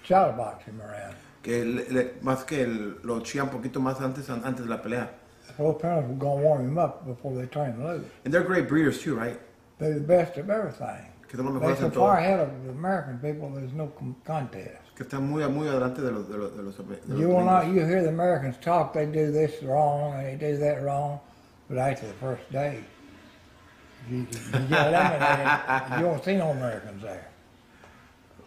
Speaker 2: shadow box him around.
Speaker 1: que le- le- más que el- lo chían un poquito más antes an- antes de la pelea.
Speaker 2: The whole parents were gonna warm him up before they turn him loose.
Speaker 1: And they're great breeders too, right?
Speaker 2: They're the best of everything.
Speaker 1: Que son los
Speaker 2: They're
Speaker 1: mejores
Speaker 2: so
Speaker 1: en
Speaker 2: far eh.
Speaker 1: todo.
Speaker 2: ahead of the American people. There's no com- contest.
Speaker 1: Que están muy muy adelante de los de los de los, de los
Speaker 2: You will
Speaker 1: gringos.
Speaker 2: not. You hear the Americans talk. They do this wrong and they do that wrong. But after the first day, you, you get eliminated. You won't see no Americans there.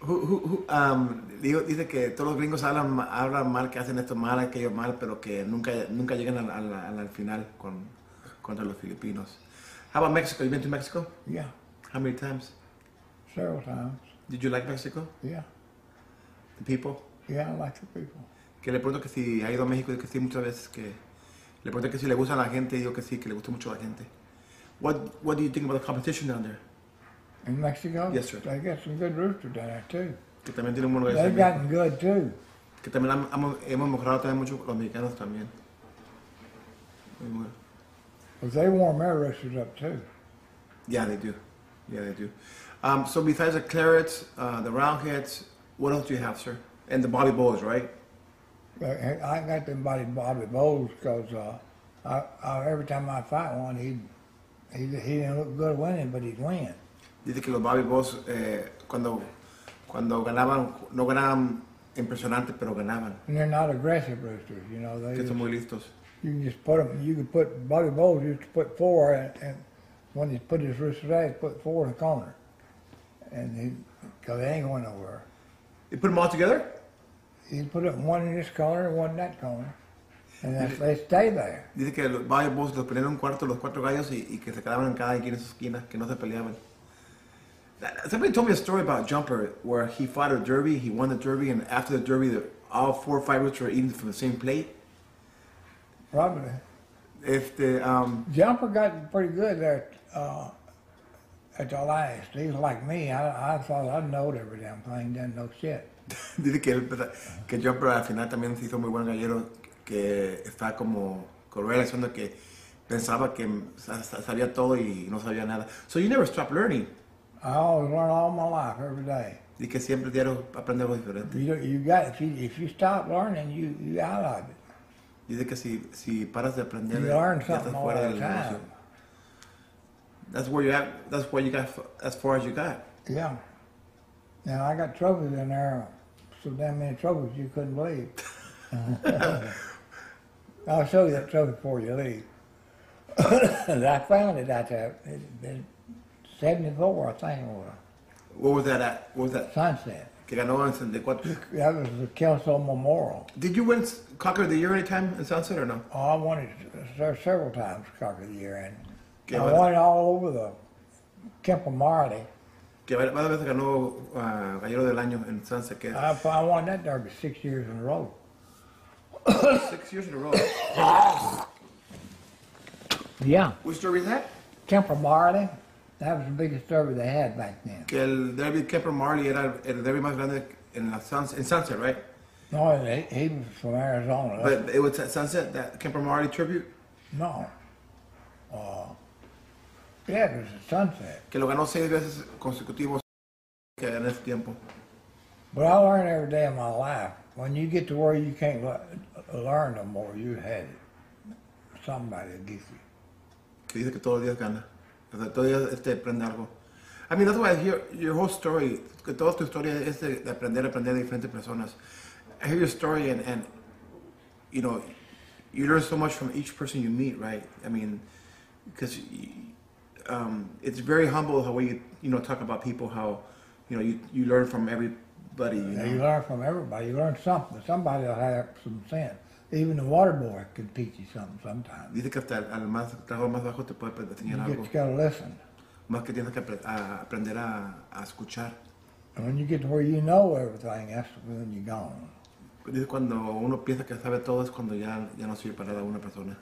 Speaker 1: Who- who- who, um, digo- dice que todos los gringos hablan ma- hablan mal, que hacen esto mal, aquello mal, pero que nunca nunca llegan al, al- al- al final con contra los filipinos. How about Mexico? You been to Mexico?
Speaker 2: Yeah,
Speaker 1: How many times?
Speaker 2: several times.
Speaker 1: Did you like Mexico?
Speaker 2: Yeah,
Speaker 1: The people?
Speaker 2: yeah. I like the people.
Speaker 1: Que le pregunto que si ha ido a México, digo que sí muchas veces, que le pregunto que si le gusta a la gente, digo que sí, que le gusta mucho a la gente. What, what do you think about the competition down there?
Speaker 2: In Mexico,
Speaker 1: Yes, sir.
Speaker 2: They got some good roosters down there too.
Speaker 1: Que también tiene un buen lugar.
Speaker 2: They've gotten good too.
Speaker 1: Que también han- hemos, hemos mejorado también mucho los mexicanos también. Muy bueno.
Speaker 2: But they warm their roosters up too.
Speaker 1: Yeah, they do. Yeah, they do. Um, so besides the clarets, uh, the roundheads, what else do you have, sir? And the body balls, right?
Speaker 2: I I got them body Bobby Bowles because uh, I, I, every time I fight one, he he he didn't look good winning, but he'd win.
Speaker 1: Dice que los Bobby Balls, eh, cuando, cuando ganaban, no ganaban impresionante, pero ganaban.
Speaker 2: And they're not aggressive roosters, you know. They
Speaker 1: Que
Speaker 2: just,
Speaker 1: son muy listos.
Speaker 2: you can just put them. You could put Bobby Bowles used to put four, and, and when he put his roosters out, he put four in the corner, and he because they ain't going nowhere.
Speaker 1: You put them all together?
Speaker 2: He'd put up one in this corner, and one in that corner, and that's, they stay there.
Speaker 1: Dice que los Bobby Balls los ponían en un cuarto los cuatro gallos y, y que se quedaban en cada esquina, en su esquina, que no se peleaban. That- Somebody told me a story about Jumper where he fought a derby, he won the derby, and after the derby, the, all four fighters were eating from the same plate.
Speaker 2: Probably.
Speaker 1: Este, um,
Speaker 2: Jumper got pretty good there uh, at the last. He's like me. I, I thought I knowed every damn thing, didn't know shit.
Speaker 1: dice que, él pesa- que Jumper al final también se hizo muy buen gallero, que está como con Ray Alexander que pensaba que sa- sa- sabía todo y no sabía nada. So you never stop learning.
Speaker 2: I always learn all my life every day.
Speaker 1: Dice que siempre diario aprende algo diferente.
Speaker 2: You don't- you got if you if you stop learning, you you out of it.
Speaker 1: Dice que si, si paras de aprender,
Speaker 2: You
Speaker 1: ya
Speaker 2: learn
Speaker 1: estás
Speaker 2: something all
Speaker 1: fuera
Speaker 2: the
Speaker 1: del negocio.
Speaker 2: time.
Speaker 1: That's where you at. That's where you got f- as far as you got.
Speaker 2: Yeah. Now I got trophies in there, so damn many trophies you couldn't believe. I'll show you that trophy before you leave. And I found it out there, it, it, 74 I think it was,
Speaker 1: What was that at? What was that?
Speaker 2: sunset.
Speaker 1: Que ganó en 74.
Speaker 2: That was the Kelso Memorial.
Speaker 1: Did you win s- Cocker of the Year anytime in Sunset or no?
Speaker 2: Oh, I won it se- several times cock of the year, and
Speaker 1: Que
Speaker 2: I
Speaker 1: va-
Speaker 2: won it all over the Kemper Marley.
Speaker 1: Que varias varias veces ganó ah, Gallero del Año en Sunset. Que
Speaker 2: I, I won that derby six years in a row. Ah.
Speaker 1: six years in a row.
Speaker 2: Yeah.
Speaker 1: Which derby is that?
Speaker 2: Kemper Marley, that was the biggest derby they had back then.
Speaker 1: Que el derby Kemper Marley era el derby más grande en, la Suns- en Sunset, right?
Speaker 2: No, he, he was from Arizona.
Speaker 1: But it was at Sunset, that Kemper Marley tribute,
Speaker 2: no. Uh, yeah, it was a sunset.
Speaker 1: que lo ganó seis veces consecutivos que en ese tiempo.
Speaker 2: But I learned every day of my life. When you get to where you can't le- learn no more, you had it. Somebody will get you.
Speaker 1: que dice que todos los días gana. O sea, todos los días este, aprende algo. I mean, that's why I hear your whole story, que toda tu historia es de, de aprender, aprender de diferentes personas. I hear your story and, and, you know, you learn so much from each person you meet, right? I mean, because um, it's very humble how we, you know, talk about people, how, you know, you, you learn from everybody, you
Speaker 2: Now,
Speaker 1: know.
Speaker 2: you learn from everybody. You learn something. Somebody will have some sense. Even the water boy can teach you something sometimes.
Speaker 1: Dice que hasta el al más, trabajo más bajo te puede aprender- enseñar
Speaker 2: You
Speaker 1: algo.
Speaker 2: just got to listen.
Speaker 1: Más que tienes que apre- a- aprender a, a escuchar.
Speaker 2: And when you get to where you know everything, that's when you're gone.
Speaker 1: Dice cuando uno piensa que sabe todo es cuando ya, ya no sirve para nada una persona.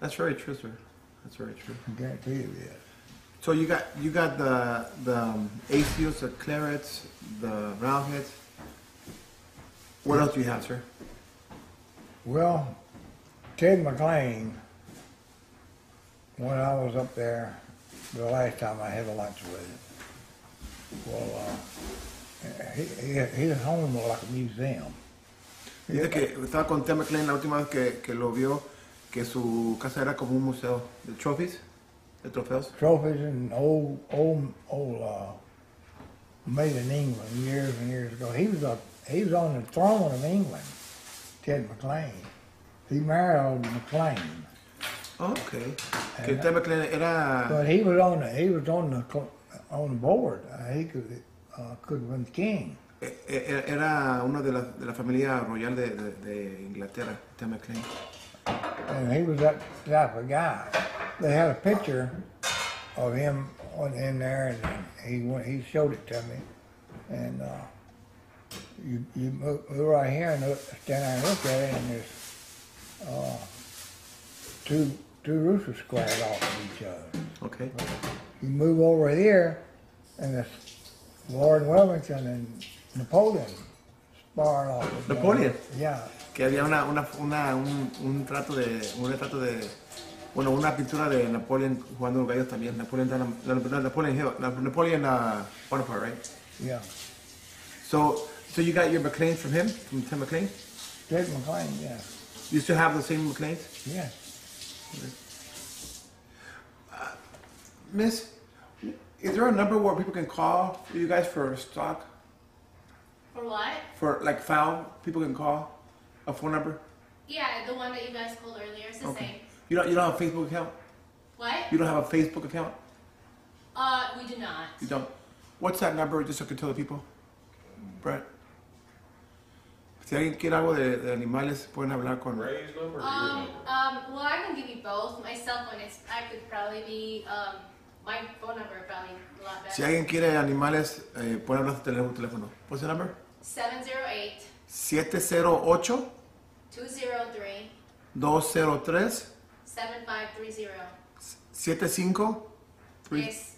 Speaker 1: That's very true, sir. That's very true.
Speaker 2: I guarantee you it is.
Speaker 1: So you got you got the the um, ACOs, the clarets, the roundheads. What else do you have, sir?
Speaker 2: Well, Ted McLean, when I was up there the last time I had lunch with him, well, uh, he, he, his home was like a museum.
Speaker 1: Dice que estaba con Tim McLean la última vez que, que lo vio, que su casa era como un museo de trophies, de trofeos.
Speaker 2: Trophies and old, old, old, uh, made in England years and years ago. He was up, he was on the throne of England, Ted McLean. He married McLean.
Speaker 1: Oh, okay. Que Tim McLean era
Speaker 2: But he was on the he was on the cl- on the board. Uh, he could uh, could have been king.
Speaker 1: e- e- era uno de la, de la familia royal de, de, de Inglaterra, Tim McLean.
Speaker 2: and he was that type of guy. They had a picture of him on in there, and he went, he showed it to me, and uh, you you move, move right here and look, stand there and look at it, and there's uh, two two roosters squared off of each other.
Speaker 1: Okay.
Speaker 2: You move over here, and it's Lord Wellington and Napoleon sparring off. each other.
Speaker 1: Napoleon?
Speaker 2: Yeah.
Speaker 1: que había una, una, una- un, un trato de un retrato de bueno una pintura de Napoleon jugando los gallos también Napoleon Na- Na- Napoleon Hill Na- Napoleon uh, Bonaparte right
Speaker 2: Yeah.
Speaker 1: so so you got your McLean from him from Tim McLean
Speaker 2: Ted McLean, yeah.
Speaker 1: you still have the same McLeans
Speaker 2: Yeah.
Speaker 1: Miss is there a number where people can call you guys for stock
Speaker 4: For what?
Speaker 1: for like foul people can call a phone number
Speaker 4: Yeah, the one that you guys called earlier is the same.
Speaker 1: you don't you don't have a Facebook account
Speaker 4: What?
Speaker 1: you don't have a Facebook account
Speaker 4: Uh, we do not.
Speaker 1: you don't what's that number just so I can tell the people Brett si alguien quiere algo de, de animales pueden hablar con
Speaker 3: Ray's number or your
Speaker 4: Um,
Speaker 3: number?
Speaker 4: um, well, I can give you both. My cell phone is, I could probably be, um, my phone number probably a lot
Speaker 1: Si
Speaker 4: better.
Speaker 1: alguien quiere animales, eh, puede hablar su teléfono. teléfono. What's the number?
Speaker 4: 708 203
Speaker 1: 708-203-7530.
Speaker 4: 7530. Yes,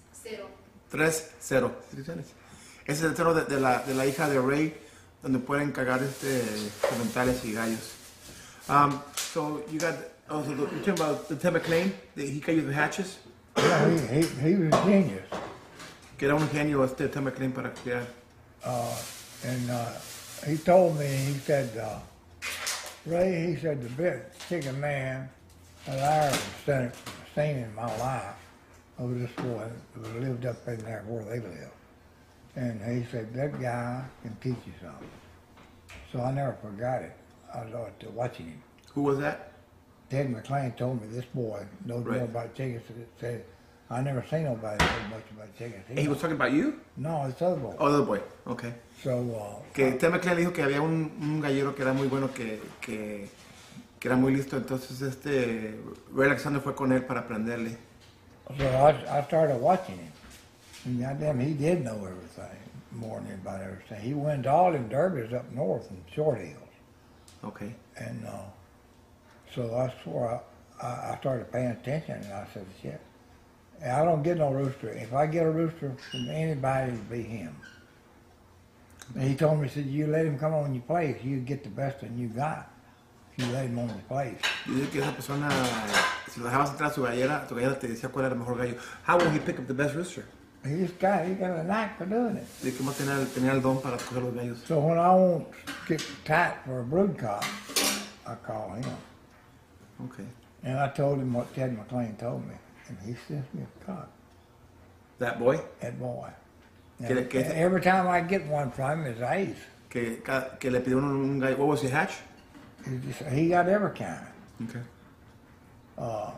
Speaker 4: zero.
Speaker 1: 30. Ese es el teléfono de, de la, de la hija de Ray, donde pueden cagar este, cementales y gallos. Um, so you got, oh, so you're talking about the Tim McLean, that he gave you the hatches,
Speaker 2: yeah he, he, he was a genius.
Speaker 1: que era un genio este Tim McLean para criar.
Speaker 2: Uh, and uh, he told me, he said, uh, Ray, he said, the best chicken man that I ever seen, seen in my life of this boy who lived up in there where they lived. And he said, that guy can teach you something. So I never forgot it. I was out there watching him.
Speaker 1: Who was that?
Speaker 2: Ted McLean told me this boy knows
Speaker 1: Right.
Speaker 2: more about chickens. than- Said, I never seen nobody that knows much about chickens.
Speaker 1: He was talking about you?
Speaker 2: no, it's other boy.
Speaker 1: Oh, the other boy. Okay.
Speaker 2: So uh,
Speaker 1: Que Ted McLean le dijo que había un, un gallero que era muy bueno, que, que, que era muy listo. Entonces, este Ray Alexander fue con él para aprenderle.
Speaker 2: So I, I started watching him. And goddamn, he did know everything, more than anybody ever said. He went to all them derbies up north and Short Hills.
Speaker 1: Ok.
Speaker 2: And uh, so I swore I, I I started paying attention and I said, shit, I don't get no rooster. If I get a rooster from anybody, it'd be him. And he told me, he said, you let him come on your place, you get the best one you got. If you let him on your place.
Speaker 1: Dice que esa persona, si lo dejabas entrar a su gallera, tu gallera te decía cuál era el mejor gallo. How will he pick up the best rooster?
Speaker 2: He just got, he got a knack for doing it.
Speaker 1: Dice que tenía, el- tenía el don para escoger los gallos.
Speaker 2: So when I won't get tight for a brood cock, I call him.
Speaker 1: Ok.
Speaker 2: And I told him what Ted McLean told me. And he sent me a cock,
Speaker 1: That boy.
Speaker 2: that boy.
Speaker 1: Get it, get it.
Speaker 2: And every time I get one from him, it's ace.
Speaker 1: Que, ca- que le pidió un, un gallo. What was he hatch?
Speaker 2: He, just, he got every kind.
Speaker 1: Ok.
Speaker 2: Uh,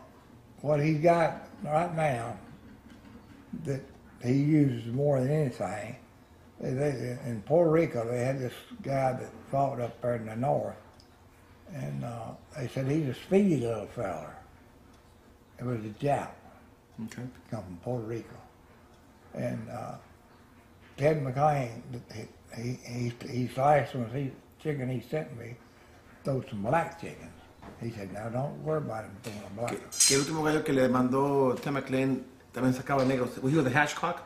Speaker 2: what he's got right now that he uses more than anything. They, they, in Puerto Rico, they had this guy that fought up there in the north, and uh, they said he's a speedy little feller. It was a Jap,
Speaker 1: Ok.
Speaker 2: come from Puerto Rico, and uh, Ted McLean, he, he, he, he sliced some of the chicken he sent me, throw some black chickens. He said, "Now don't worry about it throwing a black."
Speaker 1: Que, que el último gallo que le mandó Ted McLean también sacaba negros. He was the hatch cock.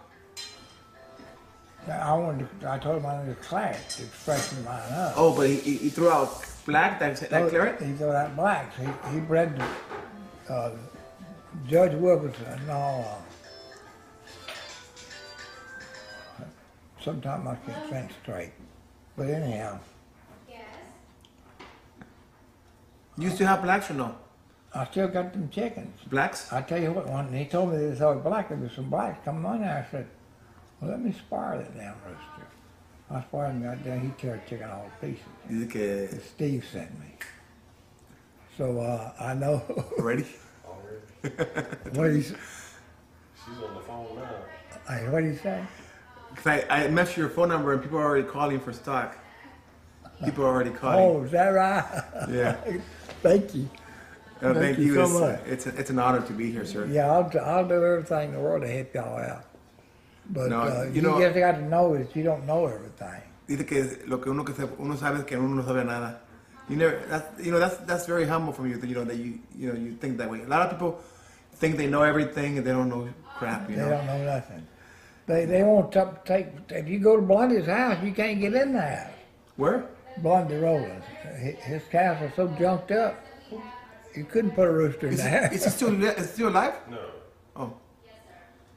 Speaker 2: I wanted. To, I told him I needed a claret to freshen mine up.
Speaker 1: Oh, but he, he, he threw out black, that,
Speaker 2: Oh.
Speaker 1: that claret?
Speaker 2: He threw out blacks. He, he bred the, uh, Judge Wilkinson. No, uh, sometimes I can't think straight. But anyhow,
Speaker 4: Yes.
Speaker 1: You still have blacks or no?
Speaker 2: I still got them chickens.
Speaker 1: Blacks?
Speaker 2: I tell you what, one he told me they saw black. There was some blacks coming on there. I said, well, "Let me spar that damn rooster." I sparred him. Goddamn, he tear a chicken all to pieces.
Speaker 1: Dice que.
Speaker 2: that Steve sent me. So uh, I know
Speaker 1: Ready?
Speaker 3: Already.
Speaker 2: what he's.
Speaker 3: She's on the phone now.
Speaker 2: I, what he say?
Speaker 1: Because I, I messed your phone number and people are already calling for stock. People are already calling.
Speaker 2: Oh, is that right?
Speaker 1: Yeah.
Speaker 2: Thank you.
Speaker 1: Uh,
Speaker 2: thank you so
Speaker 1: It's,
Speaker 2: much.
Speaker 1: It's, it's an honor to be here, sir.
Speaker 2: Yeah, I'll, do- I'll do everything in the world to help y'all out. But
Speaker 1: No,
Speaker 2: uh,
Speaker 1: you
Speaker 2: you,
Speaker 1: know-
Speaker 2: just got to know that you don't know everything.
Speaker 1: Dice que es- lo que uno que se, uno sabe es que uno no sabe nada. You never, that's, you know, that's that's very humble from you. that, You know that you you know you think that way. A lot of people think they know everything and they don't know crap. You
Speaker 2: They
Speaker 1: know.
Speaker 2: don't know nothing. They they won't t- take. If you go to Blondie's house, you can't get in the house.
Speaker 1: Where?
Speaker 2: Blondie Rollins, his, his house was so junked up, you couldn't put a rooster in
Speaker 1: Is,
Speaker 2: the
Speaker 1: he- is he
Speaker 2: house.
Speaker 1: still li- is he still alive?
Speaker 3: No.
Speaker 1: Oh,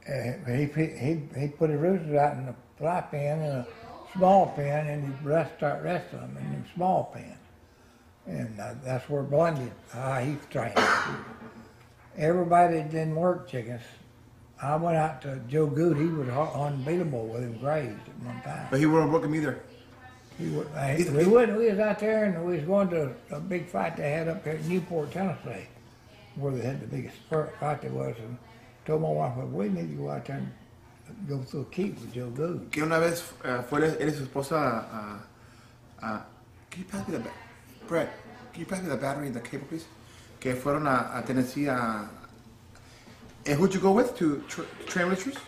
Speaker 2: Uh, he, he, he put his roosters out in a fly pen and a small pen, and he rest, start resting them in them small pens. And uh, that's where Blondie, how he trained. Everybody that didn't work chickens, I went out to Joe Good, he was ho- unbeatable with him grazed at one time.
Speaker 1: but he won't work him either.
Speaker 2: He, wa- I- we went, we was out there and we was going to a big fight they had up here at Newport, Tennessee, where they had the biggest fir- fight there was. And told my wife, well, we need to go out there and go through a keep with Joe Good.
Speaker 1: Que una vez eh, fue él él y su esposa a, a, a- Can you pass me the ba- Brett? Can you pass me the battery and the cable, please? Que fueron a, a Tennessee a. And who'd you go with to tra- train Richards?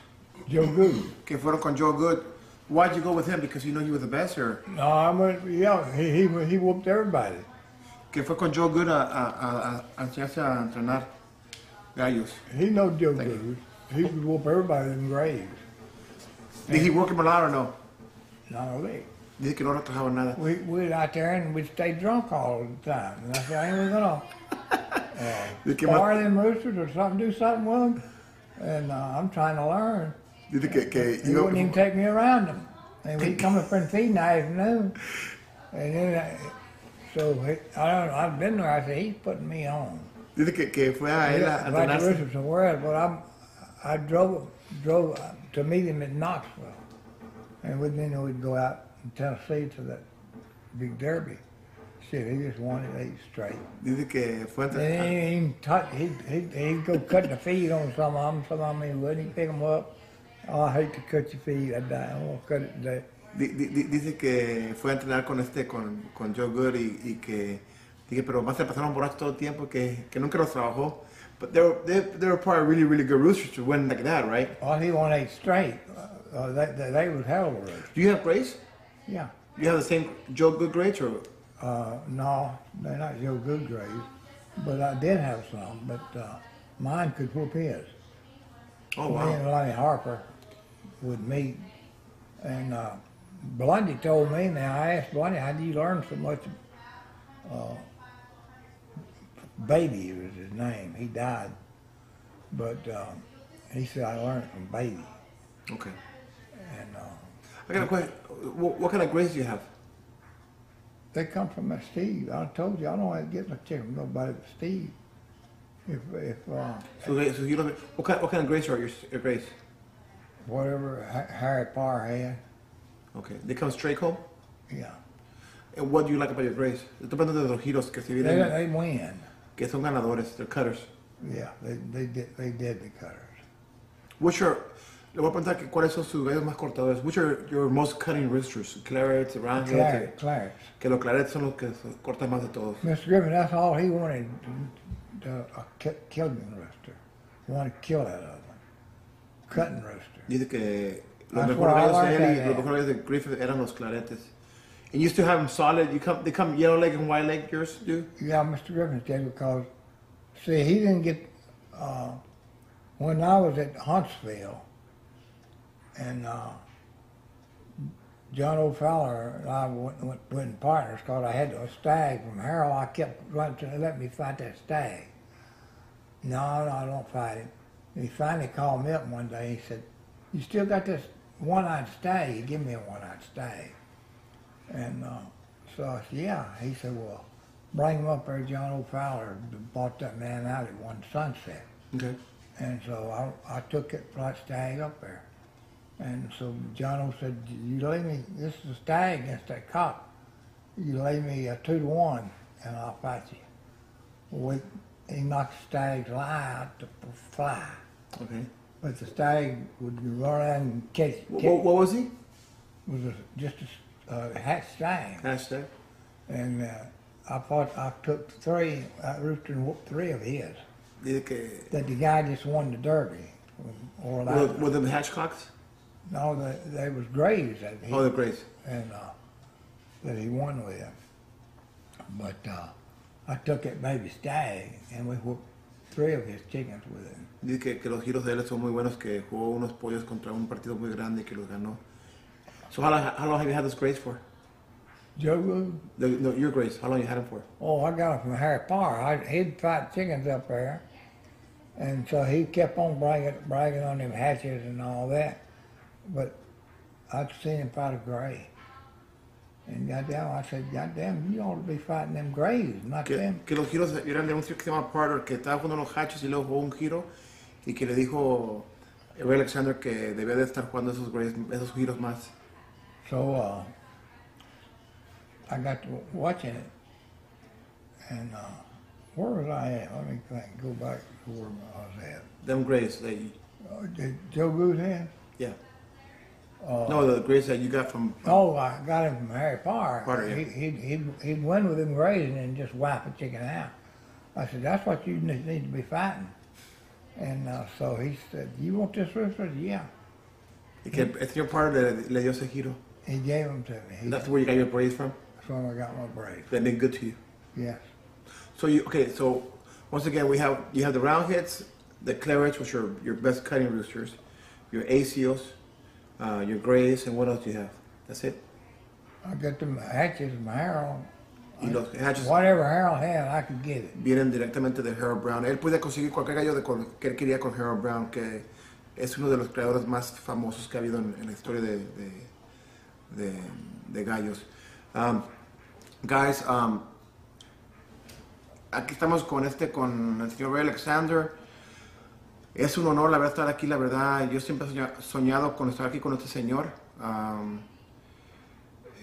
Speaker 2: Joe Good.
Speaker 1: que fueron con Joe Good. Why'd you go with him? Because you know he was the best, or
Speaker 2: No, I went, yeah, he, he, he whooped everybody.
Speaker 1: que fue con Joe Good a, a, a, a- a enseñarse a entrenar gallos.
Speaker 2: He know Joe Good. He would whoop everybody in graves.
Speaker 1: Did he work him a lot or no?
Speaker 2: Not a lick.
Speaker 1: Dice que no retrasaba nada.
Speaker 2: We, we was out there and we'd stay drunk all the time. And I said, I ain't gonna
Speaker 1: Dice que,
Speaker 2: fire
Speaker 1: más,
Speaker 2: them roosters or something, do something with them. And uh, I'm trying to learn.
Speaker 1: dice que, que
Speaker 2: He wouldn't even take me around him. And we'd come up and feed in the afternoon. And then, I, so he, I don't know, I've been there, I said, he's putting me on.
Speaker 1: dice que, que fue a él a
Speaker 2: Yeah, Like the
Speaker 1: entrenarse.
Speaker 2: roosters somewhere else, but I'm, I drove drove to meet him at Knoxville, and we then we'd go out in Tennessee to that big Derby. Shit, he just wanted eight straight.
Speaker 1: Dice que fue
Speaker 2: And he
Speaker 1: entre-
Speaker 2: didn't even touch. He'd, he'd, he'd go cut the feed on some of them. Some of them he wouldn't. He'd pick them up. Oh, I hate to cut your feed. I die. I won't cut it today.
Speaker 1: di- di- di- dice que fue a entrenar con este, con, con Joe Good y, y que dije, pero más se pasaron borrachos todo el tiempo que, que nunca los trabajó. But they were, they, they were probably really, really good roosters to win like that, right?
Speaker 2: Oh, he won eight straight. Uh, uh, they, they, they was hell of a race.
Speaker 1: Do you have grades?
Speaker 2: Yeah.
Speaker 1: You have the same Joe Good grades or
Speaker 2: Uh, no, they're not your good grades, but I did have some. But uh, mine could whoop his.
Speaker 1: oh
Speaker 2: Me and
Speaker 1: wow.
Speaker 2: Lonnie Harper would meet, and uh, Blondie told me. Now I asked Blondie, "How do you learn so much?" Uh, Baby was his name. He died, but um, he said I learned it from Baby.
Speaker 1: Okay.
Speaker 2: And uh,
Speaker 1: I got a question. What, what kind of grades do you have?
Speaker 2: they come from a Steve. I told you I don't have to get no check from nobody but Steve. If if uh,
Speaker 1: So, they- so you don't, what kind, what kind of grades are your, your grades?
Speaker 2: whatever Ha- Harry Parr had,
Speaker 1: Okay. They come straight home?
Speaker 2: yeah,
Speaker 1: And what do you like about your grades? Depende de los giros que se
Speaker 2: they,
Speaker 1: vienen,
Speaker 2: they win.
Speaker 1: que son ganadores, they're cutters.
Speaker 2: Yeah, they they did they did the cutters.
Speaker 1: What's your, le voy a preguntar que cuáles son sus gallos más cortadores. Which are your most cutting roosters? Clarets, Rangers.
Speaker 2: Clarence, Clarence.
Speaker 1: Que los clarets son los que se cortan más de todos.
Speaker 2: Mr. Griffin, that's all he wanted, uh, a ki- killing rooster. He wanted to kill out of him. Cutting rooster.
Speaker 1: Dice que los
Speaker 2: That's
Speaker 1: mejores
Speaker 2: what I
Speaker 1: gallos de
Speaker 2: like
Speaker 1: él y
Speaker 2: that
Speaker 1: los
Speaker 2: at.
Speaker 1: mejores de Griffith eran los claretes. And you still have them solid? You come, they come yellow leg and white leg, yours do?
Speaker 2: Yeah, Mr. Griffin did because, see, he didn't get, uh, when I was at Huntsville, and uh, John O'Fowler and I went, went, went partners because I had a stag from Harold. I kept running to let me fight that stag. No, no, I don't fight him. And he finally called me up one day. He said, "You still got this one-eyed stag? He gave me a one-eyed stag." And uh, so I said, "Yeah." He said, "Well, bring him up there." John O'Fowler bought that man out at one sunset.
Speaker 1: Okay.
Speaker 2: And so I, I took it flat stag up there. And so John O said, you lay me, this is a stag against that cock. You lay me a two to one and I'll fight you. We, he knocked the stag's lie out to p- fly.
Speaker 1: Okay.
Speaker 2: But the stag would run out and catch, catch
Speaker 1: What, what, what was he?
Speaker 2: was a, just a s- a hat stag.
Speaker 1: Hashtag.
Speaker 2: And uh, I fought, I took three, I roofed and whooped three of his.
Speaker 1: Dice que,
Speaker 2: That the guy just won the derby. Or
Speaker 1: were, were them Hatchcocks?
Speaker 2: No, they, they was Graves that he
Speaker 1: Oh, the Grays.
Speaker 2: and uh, that he won with. But uh, I took that baby stag and we whooped three of his chickens with him.
Speaker 1: Dice que, que los giros de él son muy buenos, que jugó unos pollos contra un partido muy grande y que los ganó. So how long, how long have you had those grades for?
Speaker 2: Joe, Wood,
Speaker 1: The, no, your grades, how long you had them for?
Speaker 2: oh, I got it from Harry Parr. I, he'd fight chickens up there, and so he kept on bragging, bragging on them hatches and all that. But I'd seen him fight a gray. And goddamn, I said, goddamn, you ought to be fighting them grays, not
Speaker 1: Que,
Speaker 2: them.
Speaker 1: que los giros eran de un tío que se llama Parter, que estaba jugando los hatches y luego jugó un giro y que le dijo Ray Alexander que debía de estar jugando esos, grades, esos giros más.
Speaker 2: So uh, I got to watching it, and uh, where was I at? Let me think. Go back to where I was at.
Speaker 1: Them grades, they,
Speaker 2: Uh, did Joe Goose in?
Speaker 1: yeah. no, the grades that you got from,
Speaker 2: Oh, I got him from Harry Parr.
Speaker 1: Potter, yeah.
Speaker 2: He, he'd, he'd, he'd win with him grazing and just wipe a chicken out. I said, that's what you ne- need to be fighting. And uh, so he said, you want this rooster? I said, Yeah.
Speaker 1: y que el señor Parter le, le dio ese giro.
Speaker 2: He gave him to me. He,
Speaker 1: And that's
Speaker 2: that's
Speaker 1: where you got your grades from?
Speaker 2: when I got my brave.
Speaker 1: That did good to you.
Speaker 2: Yes.
Speaker 1: So you okay? So once again, we have you have the round hits, the clarets, which are your best cutting roosters, your ACOs, uh, your grays, and what else do you have? That's it.
Speaker 2: I got them hatches from Harold.
Speaker 1: Y los hatches
Speaker 2: Whatever Harold had, I could get it.
Speaker 1: vienen directamente de Harold Brown. Él puede conseguir cualquier gallo de cual- que él quería con Harold Brown, que es uno de los creadores más famosos que ha habido en, en la historia de, de- de- de gallos. Um, guys, um, aquí estamos con este, con el señor Ray Alexander. es un honor, la verdad, estar aquí. La verdad, yo siempre he soña- soñado con estar aquí con este señor. Am,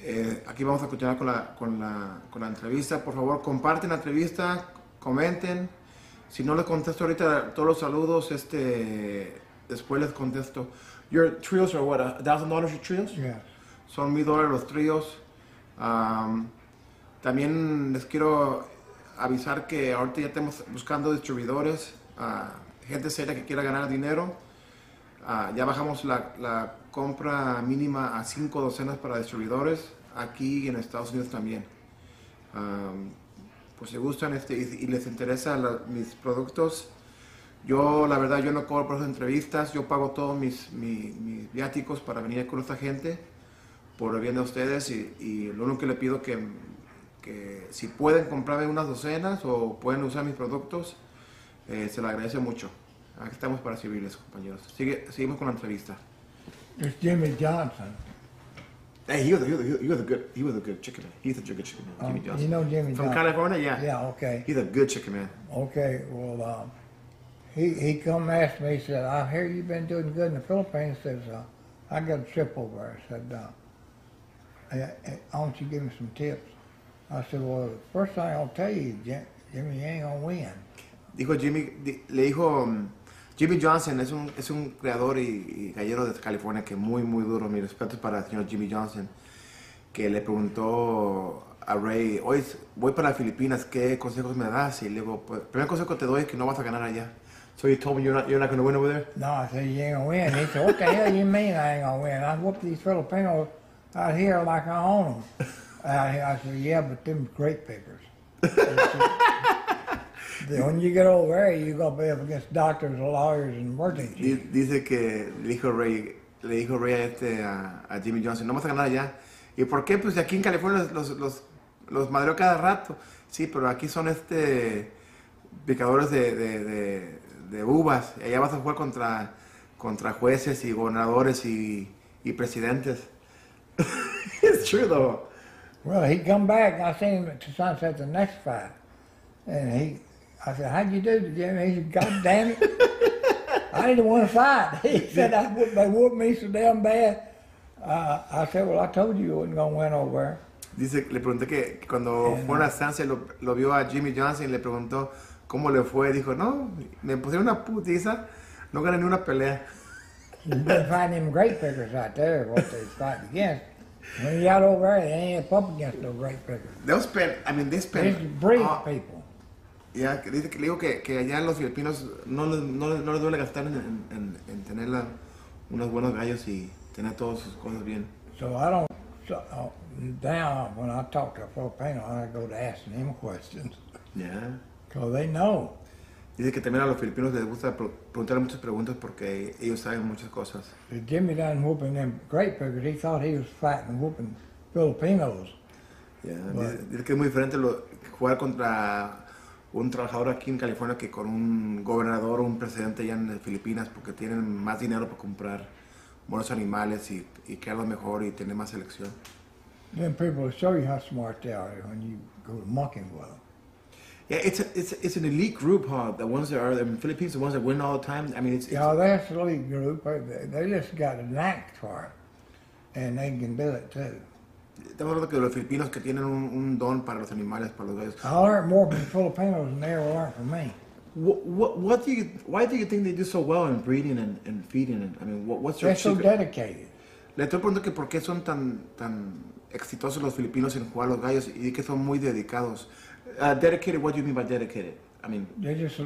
Speaker 1: eh, aquí vamos a continuar con la, con, la, con la entrevista. Por favor, comparten la entrevista, comenten. Si no les contesto ahorita todos los saludos, este, después les contesto. Your trios are what, a thousand dollars your trios?
Speaker 2: Yes.
Speaker 1: Son mil dólares los tríos. Am, también les quiero avisar que ahorita ya estamos buscando distribuidores, ah, gente seria que quiera ganar dinero. Ah, ya bajamos la, la compra mínima a cinco docenas para distribuidores aquí en Estados Unidos también. Am, pues si gustan este, y, y les interesan la- mis productos, yo, la verdad, yo no cobro por esas entrevistas, yo pago todos mis, mi- mis viáticos para venir con esta gente, por el bien de ustedes, y, y lo único que le pido que, que si pueden comprarme unas docenas o pueden usar mis productos, eh, se les agradece mucho. Aquí estamos para servirles, compañeros. Sigue, seguimos con la entrevista.
Speaker 2: It's Jimmy Johnson.
Speaker 1: Hey, he was a, he was a, he was a good, he was a good chicken man. He's a good chicken man,
Speaker 2: Um,
Speaker 1: Jimmy
Speaker 2: You
Speaker 1: Johnson.
Speaker 2: know
Speaker 1: From
Speaker 2: Jimmy Johnson?
Speaker 1: California, yeah.
Speaker 2: Yeah, okay.
Speaker 1: He's a good chicken man.
Speaker 2: Okay, well, um, he, he come asked me, he said, I hear you've been doing good in the Philippines. Says, uh, I got a trip over there. I said, uh, I, I, I want you to give me some tips. I said, well, the first thing I'll tell you, Jim, Jimmy, you ain't gonna win.
Speaker 1: Dijo Jimmy, di- le dijo mm, Jimmy Johnson, es un, es un creador y, y gallero de California que muy, muy duro. Mis respetos para el señor Jimmy Johnson, que le preguntó a Ray, hoy s- voy para Filipinas, ¿qué consejos me das? Y le digo, pues, el primer consejo que te doy es que no vas a ganar allá. So he told me you're not, you're not going to win over there?
Speaker 2: No, I said, you ain't gonna win. He said, what the hell you mean I ain't gonna win? I whoop these Filipinos out here like I own them. Out here. I said, yeah, but them grape pickers. Then when you get over there, you're gonna be up against doctors, lawyers, and merchants.
Speaker 1: Di- Dice que le dijo Ray, le dijo Ray a, este, a, a Jimmy Johnson, no vas a ganar allá. ¿Y por qué? Pues aquí en California los, los, los, los madreó cada rato. Sí, pero aquí son este picadores de, de, de, de uvas. Y allá vas a jugar contra, contra jueces y gobernadores y, y presidentes. It's true though.
Speaker 2: Well, he come back, and I seen him at the sunset the next fight. And he, I said, how'd you do, Jimmy? He said, God damn it. I didn't want to fight. He said, I, whooped- they whooped me so damn bad. Uh, I said, well, I told you you wasn't going to win over there.
Speaker 1: Dice, le pregunté que que cuando fue a una estancia lo, lo vio a Jimmy Johnson y le preguntó cómo le fue. Dijo, no, me pusieron una putiza, no gané ni una pelea.
Speaker 2: You've been fighting them grape pickers out there, what they fighting against. When you got over there, they ain't up against no grape pickers.
Speaker 1: They don't spend, I mean, they
Speaker 2: They're
Speaker 1: spend.
Speaker 2: just breed
Speaker 1: Ah,
Speaker 2: people.
Speaker 1: ya, que dice que le digo que, que allá los filipinos no, les- no, les- no les duele gastar en, en- en- en tener la- unos buenos gallos y tener todas sus cosas bien.
Speaker 2: So I don't, so, uh, now when I talk to a Filipino, I go to asking them questions.
Speaker 1: Ya.
Speaker 2: Because they know.
Speaker 1: Dice que también a los filipinos les gusta pre- preguntar muchas preguntas porque ellos saben muchas cosas.
Speaker 2: If Jimmy done whooping them great pickers, he thought he was fighting whooping Filipinos.
Speaker 1: Ya,
Speaker 2: Bueno.
Speaker 1: dice- dice que es muy diferente lo- jugar contra un trabajador aquí en California que con un gobernador o un presidente allá en las Filipinas porque tienen más dinero para comprar buenos animales y, y criarlos mejor y tener más selección.
Speaker 2: Then people will show you how smart they are when you go to monkeying with them.
Speaker 1: Yeah, it's a, it's it's an elite group, huh? The ones that are in the Philippines, the ones that win all the time. I mean, it's,
Speaker 2: You know, that's the league group. They, they just got a knack for it, and they can do it too.
Speaker 1: estamos hablando que los filipinos que tienen un, un don para los animales, para los gallos.
Speaker 2: I learned more from Filipinos than they ever learned from me.
Speaker 1: What, what what do you why do you think they do so well in breeding and, and feeding? And, I mean, what, what's their
Speaker 2: They're so
Speaker 1: secret?
Speaker 2: dedicated.
Speaker 1: Le estoy preguntando que por qué son tan, tan exitosos los filipinos en jugar a los gallos y que son muy dedicados. Uh, dedicated, what do you mean by dedicated? I mean,
Speaker 2: They just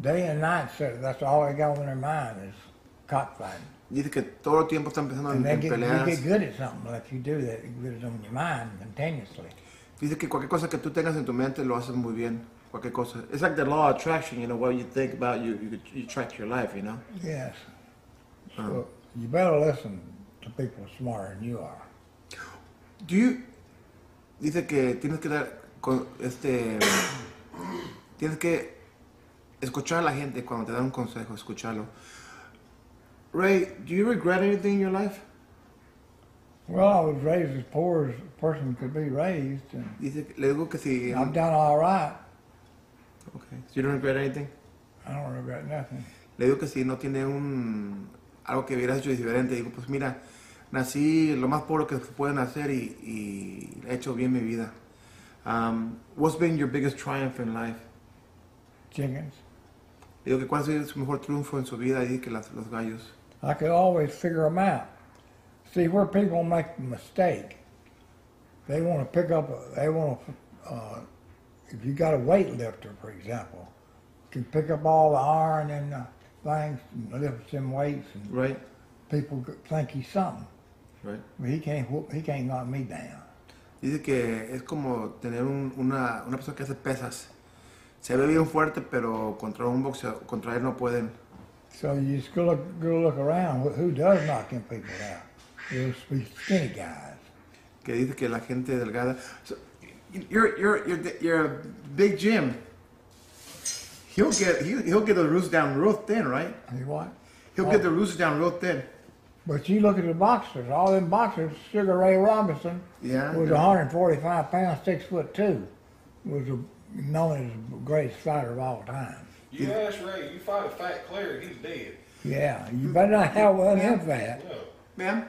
Speaker 2: day and night. So that's all they got on their mind is cockfighting.
Speaker 1: dice que todo el tiempo están pensando en,
Speaker 2: And they
Speaker 1: en
Speaker 2: get, you
Speaker 1: peleas.
Speaker 2: get good at something if you do that. You get it on your mind continuously.
Speaker 1: Dice que cualquier cosa que tú tengas en tu mente lo haces muy bien. Cualquier cosa. It's like the law of attraction, you know, what you think about, you, you, you attract your life, you know.
Speaker 2: Yes. So you better listen to people smarter than you are.
Speaker 1: Do you, dice que tienes que dar, con- este, tienes que escuchar a la gente cuando te dan un consejo, escucharlo. Ray, do you regret anything in your life?
Speaker 2: Well, I was raised as poor as a person could be raised, and
Speaker 1: Dice, le digo que si...
Speaker 2: I've done all right.
Speaker 1: Okay. So you don't regret anything?
Speaker 2: I don't regret nothing.
Speaker 1: Le digo que si no tiene un algo que hubieras hecho diferente. Digo, pues mira, nací lo más pobre que se pueden hacer y, y he hecho bien mi vida. Um, what's been your biggest triumph in life?
Speaker 2: chickens.
Speaker 1: Le digo que cuál ha sido su mejor triunfo en su vida y que las- los gallos.
Speaker 2: I could always figure them out. See where people make a mistake. They want to pick up. a- They want to. Uh, if you got a weightlifter, for example, can pick up all the iron and the things, and lift them weights, and
Speaker 1: Right,
Speaker 2: people could think he's something.
Speaker 1: right.
Speaker 2: But he can't. whoop- He can't knock me down.
Speaker 1: Dice que es como tener un- una, una persona que hace pesas. Se ve bien fuerte, pero contra un boxeador, contra él no pueden.
Speaker 2: So you just go look, go look around. who- Who does knock them people down? It's these skinny guys.
Speaker 1: Que dice que la gente delgada. So, you're, you're, you're, you're a big Jim. He'll get, he'll, he'll get the roots down real thin, right?
Speaker 2: You what?
Speaker 1: He'll get the roots down real thin.
Speaker 2: But you look at the boxers. All them boxers. Sugar Ray Robinson.
Speaker 1: Yeah.
Speaker 2: was 145 pounds, six foot two. Was a, known as the greatest fighter of all time.
Speaker 3: You ask Ray, you fight a fat Claire, he's dead.
Speaker 2: Yeah, you better not have one of that.
Speaker 3: No.
Speaker 1: Ma'am,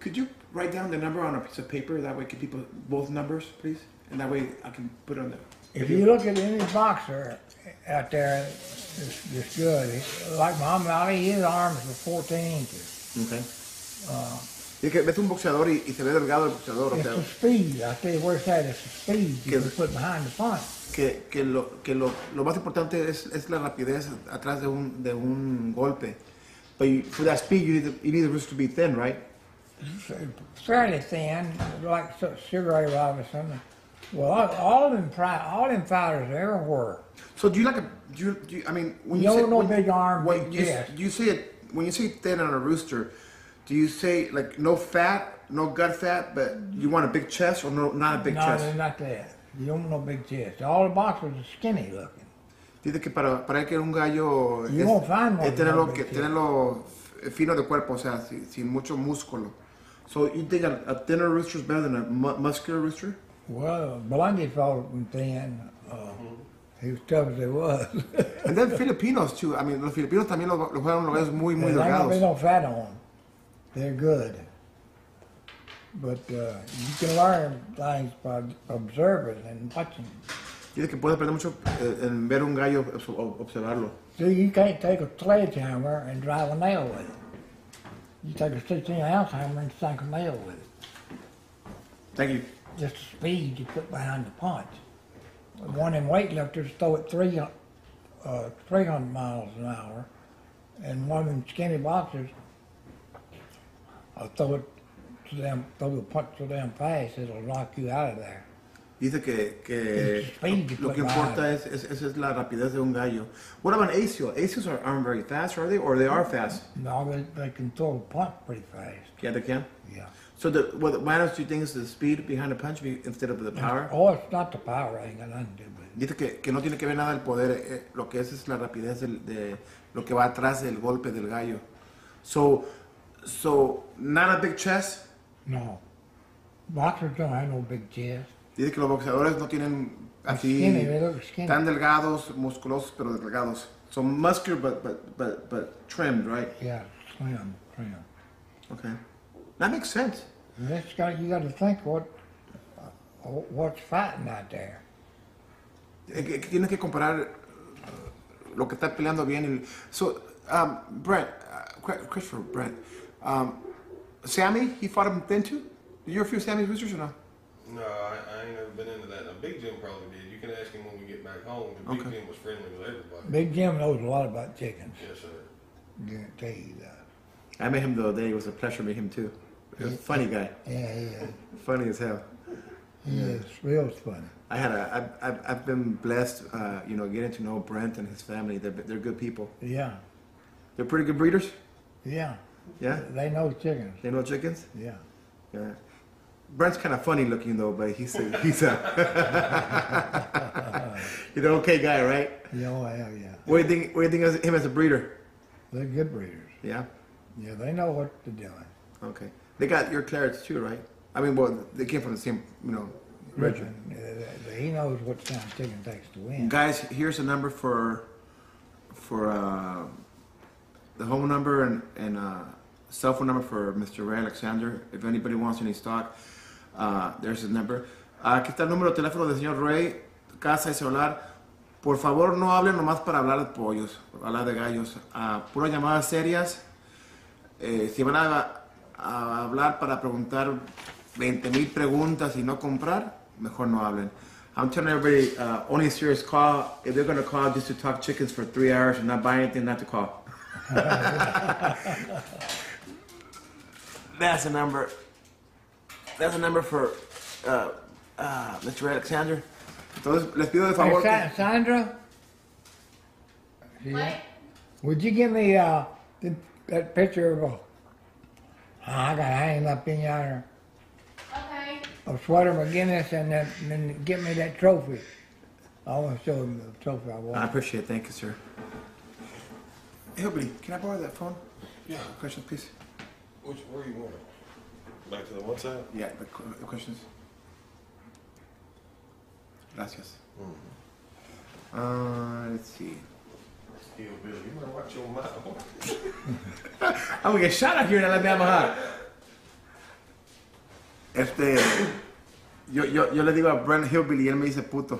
Speaker 1: could you write down the number on a piece of paper? That way, could people, both numbers, please? And that way I can put it on the.
Speaker 2: If you look at any boxer out there that's, that's good, like Muhammad Ali, his arms were 14 inches.
Speaker 1: Okay. Es que ves un boxeador y, y se ve delgado el boxeador, o
Speaker 2: It's
Speaker 1: sea,
Speaker 2: the speed. I tell you where it's at. It's the speed you can put behind the punch.
Speaker 1: que, que, lo, que lo, lo más importante es, es la rapidez atrás de un, de un golpe. But you, for that speed, you need, the, you need the roots to be thin, right?
Speaker 2: fairly thin, like Su- Sugar Ray Robinson. Well, all, all them pri- all them fighters everywhere.
Speaker 1: So do you like a, do you, do you I mean, when you
Speaker 2: No,
Speaker 1: say,
Speaker 2: no
Speaker 1: when,
Speaker 2: big arm,
Speaker 1: when
Speaker 2: big
Speaker 1: you,
Speaker 2: chest.
Speaker 1: do you say it, when you say thin on a rooster, do you say like no fat, no gut fat, but you want a big chest or no, not a big
Speaker 2: no,
Speaker 1: chest?
Speaker 2: they're not that. You don't want no big chest. All the boxers are skinny looking.
Speaker 1: Dice que para, para él que un gallo
Speaker 2: You won't find one
Speaker 1: es tenerlo,
Speaker 2: with no
Speaker 1: que,
Speaker 2: big chest.
Speaker 1: tenerlo f- fino de cuerpo, o sea, sin, sin mucho músculo. So you think a, a thinner rooster is better than a mu- muscular rooster?
Speaker 2: Well, Blundy fought them thin. Uh, he was tough as he was.
Speaker 1: And then Filipinos too. I mean, los filipinos también los, los juegan los gallos muy, muy
Speaker 2: There ain't gonna be
Speaker 1: delgados.
Speaker 2: no fat on them. They're good. But uh, you can learn things by observing and watching.
Speaker 1: Dice que puede aprender mucho eh, en ver un gallo, obs- o- observarlo.
Speaker 2: See, you can't take a sledgehammer and drive a nail with it. You take a 16 ounce hammer and sink a nail with it.
Speaker 1: Thank you.
Speaker 2: Just the speed you put behind the punch. One in weightlifters throw it three, uh, 300 miles an hour, and one of them skinny boxers will throw it to them, throw the punch to them fast, it'll knock you out of there.
Speaker 1: Dice que, que
Speaker 2: Speed,
Speaker 1: lo que
Speaker 2: but-
Speaker 1: importa es, es, esa es la rapidez de un gallo. What about an ASIO? ASIOs are, aren't very fast, are they? Or they are fast?
Speaker 2: No, they, they can throw a punch pretty fast.
Speaker 1: Yeah, they can.
Speaker 2: Yeah.
Speaker 1: So the, what matters, do you think, is the speed behind the punch be- instead of the power?
Speaker 2: Or Oh, it's not the power, I ain't got nothing to do with it.
Speaker 1: Dice que, que no tiene que ver nada el poder, eh, eh, lo que es es la rapidez del- de lo que va atrás del golpe del gallo. So, so not a big chest.
Speaker 2: No. Boxers don't have no big chest.
Speaker 1: Dice que los boxeadores no tienen
Speaker 2: Skinny,
Speaker 1: así
Speaker 2: they look skinny.
Speaker 1: tan delgados, musculosos pero delgados. So muscular but but but but trimmed, right?
Speaker 2: Yeah, slim, slim.
Speaker 1: Okay, that makes sense.
Speaker 2: And That's got, you got to think what, uh, what's fighting out there.
Speaker 1: Eh, que- que Tienes que comparar eh, lo que está peleando bien. y- so, um, Brent, uh, Cri- Christopher, Brent, um, Sammy, he fought him thin too? Did you ever feel Sammy's research or not?
Speaker 3: No, I, I ain't never been into that. Now, Big Jim probably did. You can ask him when we get back home. 'cause Big
Speaker 1: Okay.
Speaker 3: Jim was friendly with everybody.
Speaker 2: Big Jim knows a lot about chickens. uh,
Speaker 3: Yes, sir.
Speaker 2: Guarantee you that.
Speaker 1: I met him the other day. It was a pleasure to meet him too. He was a funny guy,
Speaker 2: Yeah, he is.
Speaker 1: funny as hell.
Speaker 2: He is real funny.
Speaker 1: I had a, I've, I've, I've been blessed, uh, you know, getting to know Brent and his family. They're, they're good people.
Speaker 2: Yeah,
Speaker 1: They're pretty good breeders.
Speaker 2: yeah.
Speaker 1: Yeah,
Speaker 2: They know chickens.
Speaker 1: they know chickens.
Speaker 2: Yeah.
Speaker 1: Yeah. Brent's kind of funny looking though, but he's a, he's a he's an okay guy, right?
Speaker 2: Yeah, oh, hell yeah.
Speaker 1: What do you think? What do you think of him as a breeder?
Speaker 2: They're good breeders.
Speaker 1: Yeah.
Speaker 2: Yeah, they know what they're doing.
Speaker 1: Okay. They got your clarets too, right? I mean, well, they came from the same, you know,
Speaker 2: Richard, uh, he knows what kind of chicken takes to win.
Speaker 1: Guys, here's a number for for uh, the home number and, and uh, cell phone number for Mr. Ray Alexander. If anybody wants any stock, uh, there's his number. Aquí está el número de teléfono del señor Ray, casa y celular. Por favor, no hablen nomás para hablar de pollos, para hablar de gallos. Ah, puras llamadas serias. Eh, si van a, a hablar para preguntar 20 mil preguntas y no comprar, mejor no hablen. I'm telling everybody, uh, only serious call. If they're going to call just to talk chickens for three hours and not buy anything, not to call. That's a number. That's a number for uh, uh, Mr. Alexander. Entonces, les pido de favor. que-
Speaker 2: Hey, Sa- Sandra?
Speaker 4: What?
Speaker 2: Would you give me uh, the, that picture of a, I got hanging up in yonder,
Speaker 4: Okay.
Speaker 2: of Sweater McGinnis and then, then get me that trophy. I want to show him the trophy I
Speaker 1: I
Speaker 2: won.
Speaker 1: appreciate it. Thank you, sir. Hilby, can I borrow that phone?
Speaker 3: Yeah.
Speaker 1: Question, please.
Speaker 3: Which, where you want it? Back to the WhatsApp?
Speaker 1: Yeah, the, qu- the questions. Gracias. Uh, let's see.
Speaker 3: Yeah, Bill, you better watch your mouth.
Speaker 1: I'm gonna get shot up here in Alabama, huh? Este, yo, yo, yo le digo a Brent Hillbilly y él me dice puto.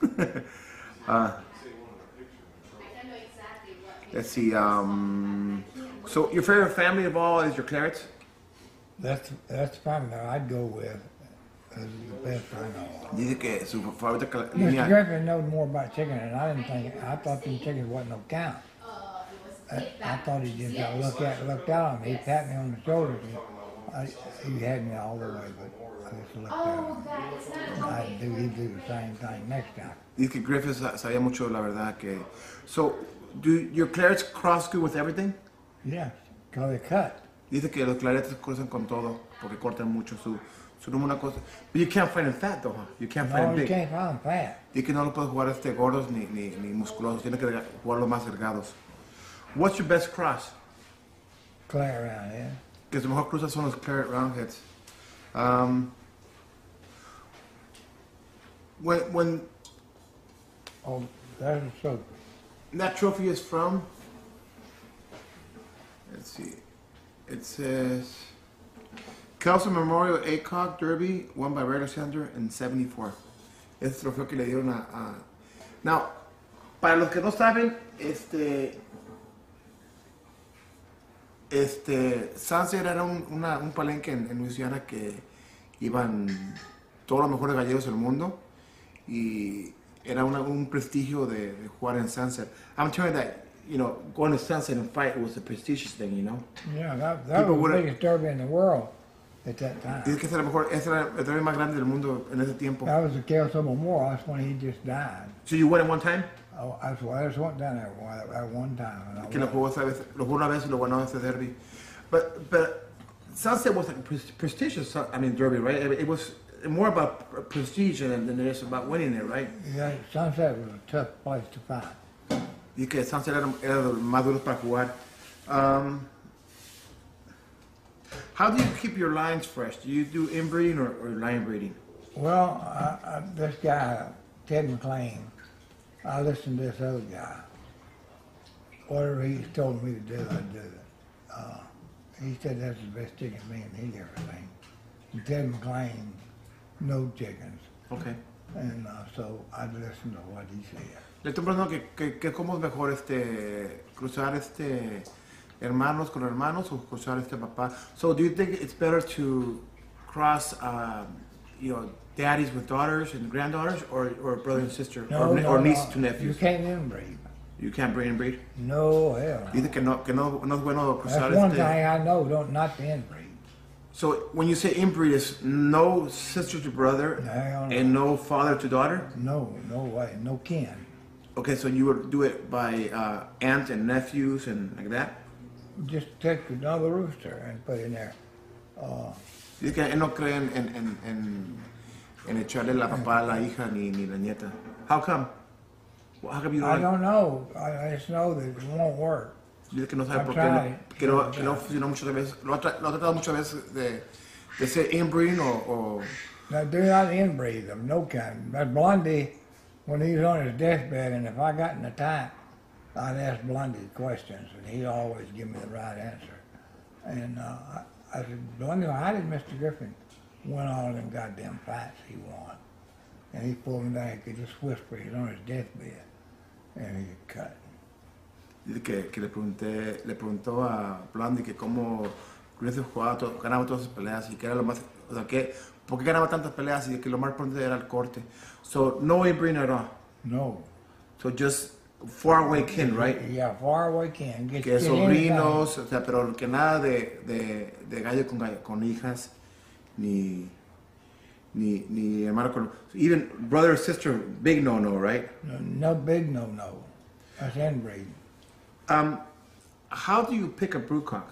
Speaker 1: Ah,
Speaker 4: I don't know exactly what.
Speaker 1: let's see.
Speaker 2: Mm.
Speaker 1: Um, so your favorite family of all is your clarets.
Speaker 2: That's, that's the one that I'd go with. That's the best I know.
Speaker 1: Dice que su favorita cla-
Speaker 2: Mr.
Speaker 1: línea.
Speaker 2: Griffin knows more about chicken than I didn't think. I thought them chickens wasn't no count.
Speaker 4: Uh, it was
Speaker 2: I, I
Speaker 4: kickback.
Speaker 2: thought he just got looked at, looked out on me. He pat me on the shoulder. and I, he had me all the way, but I just looked at him.
Speaker 4: Oh, that is not
Speaker 2: I
Speaker 4: okay.
Speaker 2: do, he do the same thing next time.
Speaker 1: Dice que Griffith sa- sabía mucho la verdad que. So, do your clarets cross good with everything?
Speaker 2: Yes, because they cut.
Speaker 1: Dice que los claretes cruzan con todo porque cortan mucho su su número una cosa. But you can't find it fat though. huh? You can't find
Speaker 2: No,
Speaker 1: it
Speaker 2: Oh, you
Speaker 1: big.
Speaker 2: can't find fat.
Speaker 1: Dice que no lo puedes jugar este gordos ni ni, ni musculosos. Tienes que rega- jugarlos más delgados. What's your best cross?
Speaker 2: Clear around here.
Speaker 1: Que su mejor cruza son los claret roundheads. Um, when when
Speaker 2: Oh, there's a soap.
Speaker 1: that trophy is from. Let's see. It says Kelso Memorial ACOG Derby, won by Ray Alexander in 74. Este trofeo que le dieron a, a- Now, para los que no saben, este. Este. Sunset era un, una- un palenque en, en Luisiana que iban todos los mejores gallegos del mundo y era una, un prestigio de, de jugar en Sunset. I'm telling you that, you know, going to Sunset and fight was a prestigious thing, you know.
Speaker 2: Yeah, that, that
Speaker 1: People
Speaker 2: was the
Speaker 1: would've-
Speaker 2: biggest derby in the world at that time.
Speaker 1: Dice que ese era el mejor, ese era el torneo más grande del mundo en ese tiempo.
Speaker 2: That was the Kelso Memorial. That's when he just died.
Speaker 1: So you went at one time,
Speaker 2: Oh, I, just- I just went down there one, at one time. And I
Speaker 1: que lo
Speaker 2: went.
Speaker 1: jugó esa vez, lo jugó una vez y lo ganó ese derby. But, but Sunset was a pres- prestigious, uh, I mean, derby, right? It, it was more about pr- prestige than, than it is about winning it, right?
Speaker 2: Yeah, Sunset was a tough place to find.
Speaker 1: Y que Sunset era, era de los más duros para jugar. Um, how do you keep your lines fresh? Do you do inbreeding or, or line breeding?
Speaker 2: Well, I, I, this guy, Ted McLean, I listened to this other guy. Whatever he told me to do, I did it. Uh, he said that's the best chicken me and he everything. And Ted McLean, no chickens.
Speaker 1: Okay.
Speaker 2: And uh, so I listened to what he said.
Speaker 1: Le estoy preguntando que, que, que cómo es mejor este cruzar este hermanos con hermanos o cruzar este papá. So do you think it's better to cross um, you know daddies with daughters and granddaughters or, or brother and sister or, ne- or niece to
Speaker 2: You
Speaker 1: nephews?
Speaker 2: can't inbreed.
Speaker 1: You can't breed and breed.
Speaker 2: No, hell. no.
Speaker 1: Dice que no que no, no es bueno cruzar
Speaker 2: That's one
Speaker 1: este.
Speaker 2: thing I know, don't not to inbreed.
Speaker 1: So when you say inbreed is no sister to brother
Speaker 2: Hell no.
Speaker 1: and no father to daughter.
Speaker 2: No, no way, no kin.
Speaker 1: Okay, so you would do it by uh, aunt and nephews and like that.
Speaker 2: Just take another rooster and put in there. Uh,
Speaker 1: Dice que él no cree en, en, en, en, en echarle la papá a la hija ni, ni la nieta. How come? Well, how come you
Speaker 2: I
Speaker 1: don't?
Speaker 2: don't know. I I just know that it won't work.
Speaker 1: Dice que no sabe
Speaker 2: I
Speaker 1: por qué no,
Speaker 2: tried.
Speaker 1: que no, que no funcionó muchas veces. Lo ha, tra- lo ha tratado muchas veces de, de ser inbreeding o, o
Speaker 2: Now, do not inbreed them, no kind. But Blondie, when he was on his deathbed, and if I got in a tie, I'd ask Blondie questions, and he'd always give me the right answer. And uh, I, I said, Blondie, how did Mr. Griffin win all them goddamn fights he won? And he pulled me down, he could just whisper, he's on his deathbed, and he could cut.
Speaker 1: Dice que, que le pregunté, le preguntó a Blondie que cómo Griffith jugaba, to- ganaba todas sus peleas y que era lo más, o sea, que, ¿por qué ganaba tantas peleas y que lo más importante era el corte? So, no apron at all.
Speaker 2: No.
Speaker 1: So, just faraway kin, right?
Speaker 2: Yeah, far away can. Get,
Speaker 1: Que
Speaker 2: get anything.
Speaker 1: sobrinos, o sea, pero que nada de, de, de gallo con gallo, con hijas, ni, ni, ni hermano con... Even brother or sister, big no-no, right?
Speaker 2: No, no big no no. That's inbreeding.
Speaker 1: Um, how do you pick a brewcock?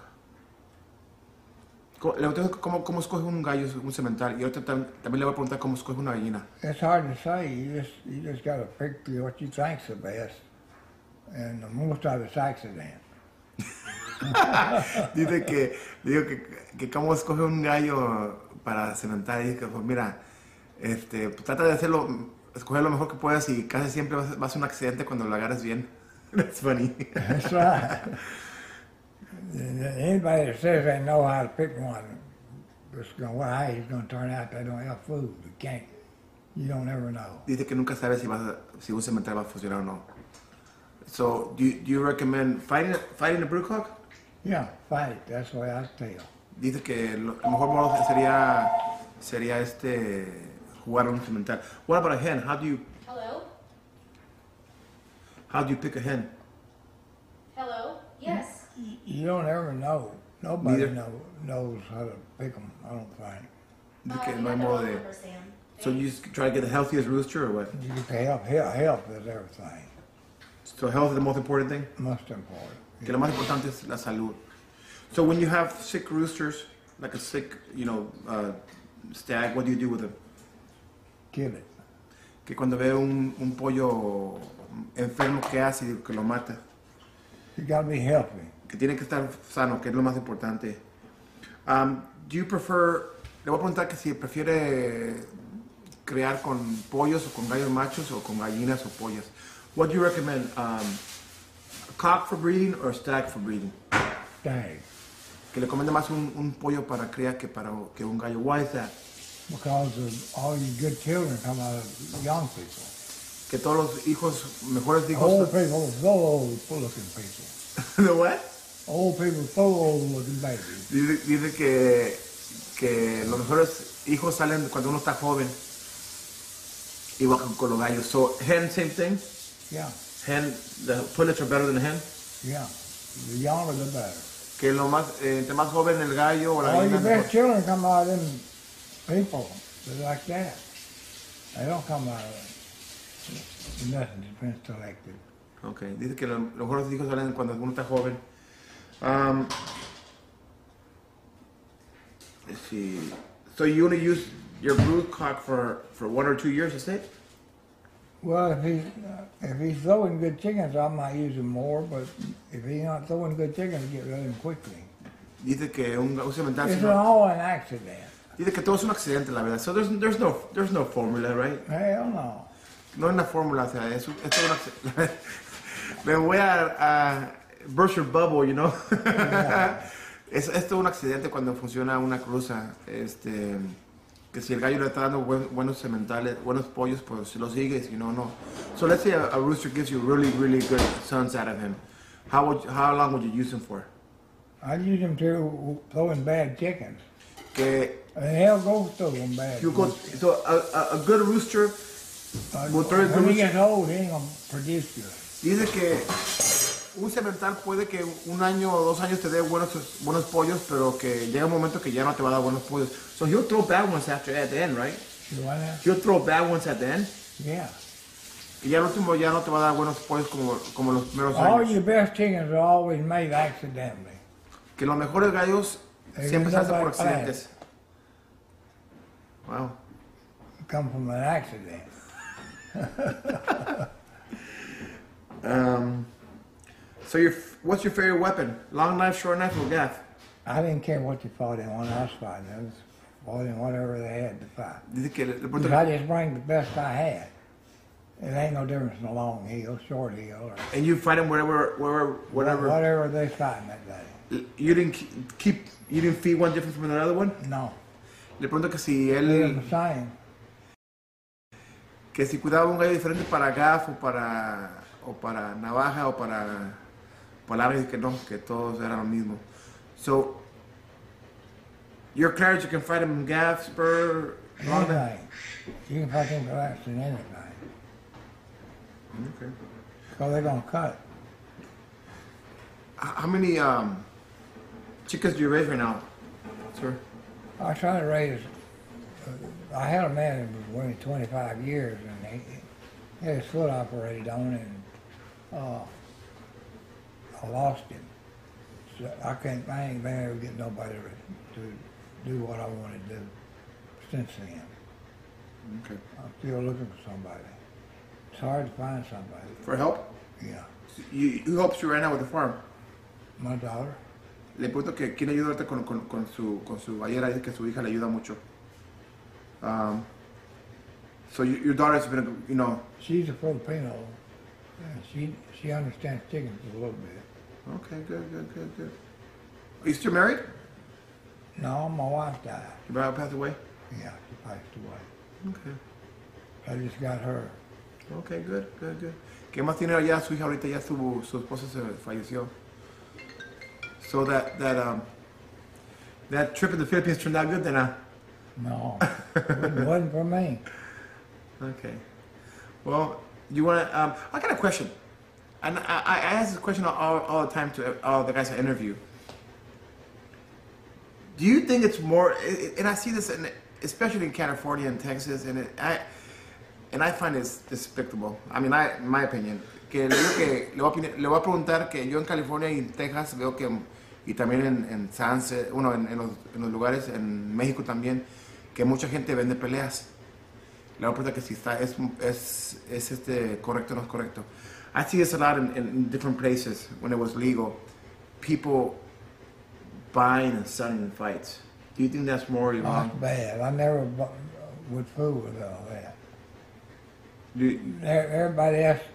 Speaker 1: Co- le voy a preguntar ¿Cómo, cómo escoge un gallo, un cemental? Y ahorita tam- también le voy a preguntar cómo escoge una gallina.
Speaker 2: It's hard to say. You just you just got to pick what you think's the best, and the most of it's accident.
Speaker 1: Dice que, digo que, que cómo escoge un gallo para cementar. Y dice que, pues mira, este, pues, trata de hacerlo, escoger lo mejor que puedas y casi siempre vas, vas a un accidente cuando lo agarres bien. That's funny.
Speaker 2: That's right. Anybody that says they know how to pick one, it's going well, how he's going to turn out. They don't have food. You can't. You don't ever know.
Speaker 1: Dice que nunca sabe si, vas a- si un cemental va a funcionar o no. So, do, you- do you recommend fighting, fighting a brewcock?
Speaker 2: Yeah, fight it. That's the way I feel.
Speaker 1: Dice que lo, el mejor modo sería sería este jugar a un cemental. What about a hen? How do you
Speaker 4: Hello?
Speaker 1: how do you pick a hen?
Speaker 4: Hello? Yes.
Speaker 2: You- You don't ever know. Nobody
Speaker 1: Neither-
Speaker 2: know, knows how to pick them. I don't think.
Speaker 1: Dice
Speaker 5: Uh,
Speaker 1: que
Speaker 5: you
Speaker 1: no hay
Speaker 5: got the
Speaker 1: modo
Speaker 5: wrong
Speaker 1: de.
Speaker 5: number, Sam.
Speaker 1: So you just try to get the healthiest rooster or what?
Speaker 2: You get the help. Help, help is everything.
Speaker 1: So health is the most important thing.
Speaker 2: Most important.
Speaker 1: Que lo más importante es la salud. So when you have sick roosters, like a sick, you know, uh, stag, what do you do with them?
Speaker 2: Kill it.
Speaker 1: Que cuando ve un, un pollo enfermo, ¿qué hace? Que lo mata.
Speaker 2: You got to be healthy.
Speaker 1: que tiene que estar sano, que es lo más importante. Um, do you prefer, le voy a preguntar que si prefiere crear con pollos o con gallos machos o con gallinas o pollas. What do you recommend? Um, cock for breeding or stag for breeding?
Speaker 2: Dang.
Speaker 1: Que le comende más un, un pollo para cría que para que un gallo. Why is that?
Speaker 2: Because of all you good children come out of young people.
Speaker 1: Que todos los hijos, mejores
Speaker 2: Old
Speaker 1: hijos.
Speaker 2: people, so old looking people.
Speaker 1: ¿De what?
Speaker 2: Old people, so old looking babies.
Speaker 1: Dice, dice que, que los mejores hijos salen cuando uno está joven. Igual con, con los gallos. So, hen, same thing.
Speaker 2: Yeah,
Speaker 1: Hen, the pullets are better than hen.
Speaker 2: yeah. The younger the better.
Speaker 1: Que lo más, eh, entre más joven el gallo o la
Speaker 2: All your
Speaker 1: gallina,
Speaker 2: best
Speaker 1: mejor.
Speaker 2: children come out of them people that like that. They don't come out of nothing's been selected.
Speaker 1: Ok, dice que lo- los mejores hijos salen cuando uno está joven. Um, let's see. So you only use your brew cock for, for one or two years, is it?
Speaker 2: Well, if he's if he's throwing good chickens, I might use him more. But if he's not throwing good chickens, get rid of him quickly.
Speaker 1: Dice que un, un cemental...
Speaker 2: It's all an accident.
Speaker 1: Dice que todo es un accidente, la verdad. So there's, there's no there's no formula, right?
Speaker 2: Hell no.
Speaker 1: No hay una fórmula, o sea, es, un- es todo un accidente. Me voy a, a burst your bubble, you know. es, es todo un accidente cuando funciona una cruza. Este, que si el gallo le está dando buen- buenos sementales, buenos pollos, pues lo sigue, si no, no. So let's say a, a rooster gives you really, really good sons out of him. How would how long would you use him for?
Speaker 2: I use them to throwing bad chickens.
Speaker 1: Que
Speaker 2: And hell goes through them bad.
Speaker 1: you go, so a, a, a good rooster
Speaker 2: Uh,
Speaker 1: go through
Speaker 2: when
Speaker 1: the-
Speaker 2: he gets old, he ain't gonna produce good.
Speaker 1: Dice que un cemental puede que un año o dos años te dé buenos, buenos pollos, pero que llega un momento que ya no te va a dar buenos pollos. So he'll throw bad ones after at the end, right?
Speaker 2: You want that?
Speaker 1: He'll throw bad ones at the end.
Speaker 2: Yeah.
Speaker 1: Y ya al último ya no te va a dar buenos pollos como, como los primeros
Speaker 2: All
Speaker 1: años.
Speaker 2: your best chickens are always made accidentally.
Speaker 1: Que los mejores gallos
Speaker 2: They
Speaker 1: siempre se
Speaker 2: end
Speaker 1: hacen
Speaker 2: up
Speaker 1: por
Speaker 2: like
Speaker 1: accidentes. Wow.
Speaker 2: Come from an accident.
Speaker 1: Um, So your, what's your favorite weapon? Long knife, short knife, or gaff?
Speaker 2: I didn't care what you fought in when I was fighting. I was fighting whatever they had to fight.
Speaker 1: Dice que le, le
Speaker 2: But
Speaker 1: pregunto-
Speaker 2: I just bring the best I had. It ain't no difference in a long hill, short hill, or
Speaker 1: And you fight them wherever, wherever, whatever.
Speaker 2: whatever they find that day.
Speaker 1: You didn't ke- keep, you didn't feed one different from another one.
Speaker 2: No,
Speaker 1: Le pregunto que si
Speaker 2: they're
Speaker 1: él,
Speaker 2: the same.
Speaker 1: que si cuidaba un gallo diferente para gaff o para, o para navaja o para palabras que no, que todos eran lo mismo. So, your clarity you can fight him gaff, spur, long neck.
Speaker 2: Anything. You can fucking collapse in anything.
Speaker 1: Okay.
Speaker 2: So they're gonna cut it.
Speaker 1: H- How many um, chickens do you raise right now, sir?
Speaker 2: I tried to raise. uh, I had a man who was winning 25 years, and he, he had his foot operated on, and uh, I lost him. So I can't. I ain't been able to get nobody to, to do what I want to do since then.
Speaker 1: Okay.
Speaker 2: I'm still looking for somebody. It's hard to find somebody.
Speaker 1: For help?
Speaker 2: Yeah,
Speaker 1: You, who helps you right now with the farm?
Speaker 2: my daughter.
Speaker 1: Le pregunto que quién ayuda ahorita con, con, con su con su ballera, dice que su hija le ayuda mucho. Um, so you, your daughter's been, you know,
Speaker 2: She's a Filipino, and she she understands chickens a little bit.
Speaker 1: okay, good, good, good, good. Are you still married?
Speaker 2: No, my wife died.
Speaker 1: Your brother passed away.
Speaker 2: Yeah, she passed away.
Speaker 1: Okay,
Speaker 2: I just got her.
Speaker 1: okay, good, good, good. ¿Qué más tiene allá su hija ahorita? Ya su su esposa se falleció. So that that um that trip in the Philippines turned out good then, uh, huh?
Speaker 2: No, it wasn't for me.
Speaker 1: Okay. Well, you want to? Um, I got a question, and I, I I ask this question all, all the time to all the guys I interview. Do you think it's more? i- i- And I see this, in, especially in California and Texas, and it, I and I find it's despicable. I mean, I in my opinion. Que le, digo que le, voy a, opini- le voy a preguntar que yo en California y en Texas veo que y también en, en Sunset, bueno, en, en los, en los lugares, en México también, que mucha gente vende peleas. La pregunta que si está es, es, es este correcto o no es correcto. I see this a lot in, in, in different places when it was legal. People buying and selling in fights. Do you think that's more
Speaker 2: That's
Speaker 1: wrong?
Speaker 2: bad. I never bu- would fool with all that.
Speaker 1: Do you-
Speaker 2: There- Everybody asked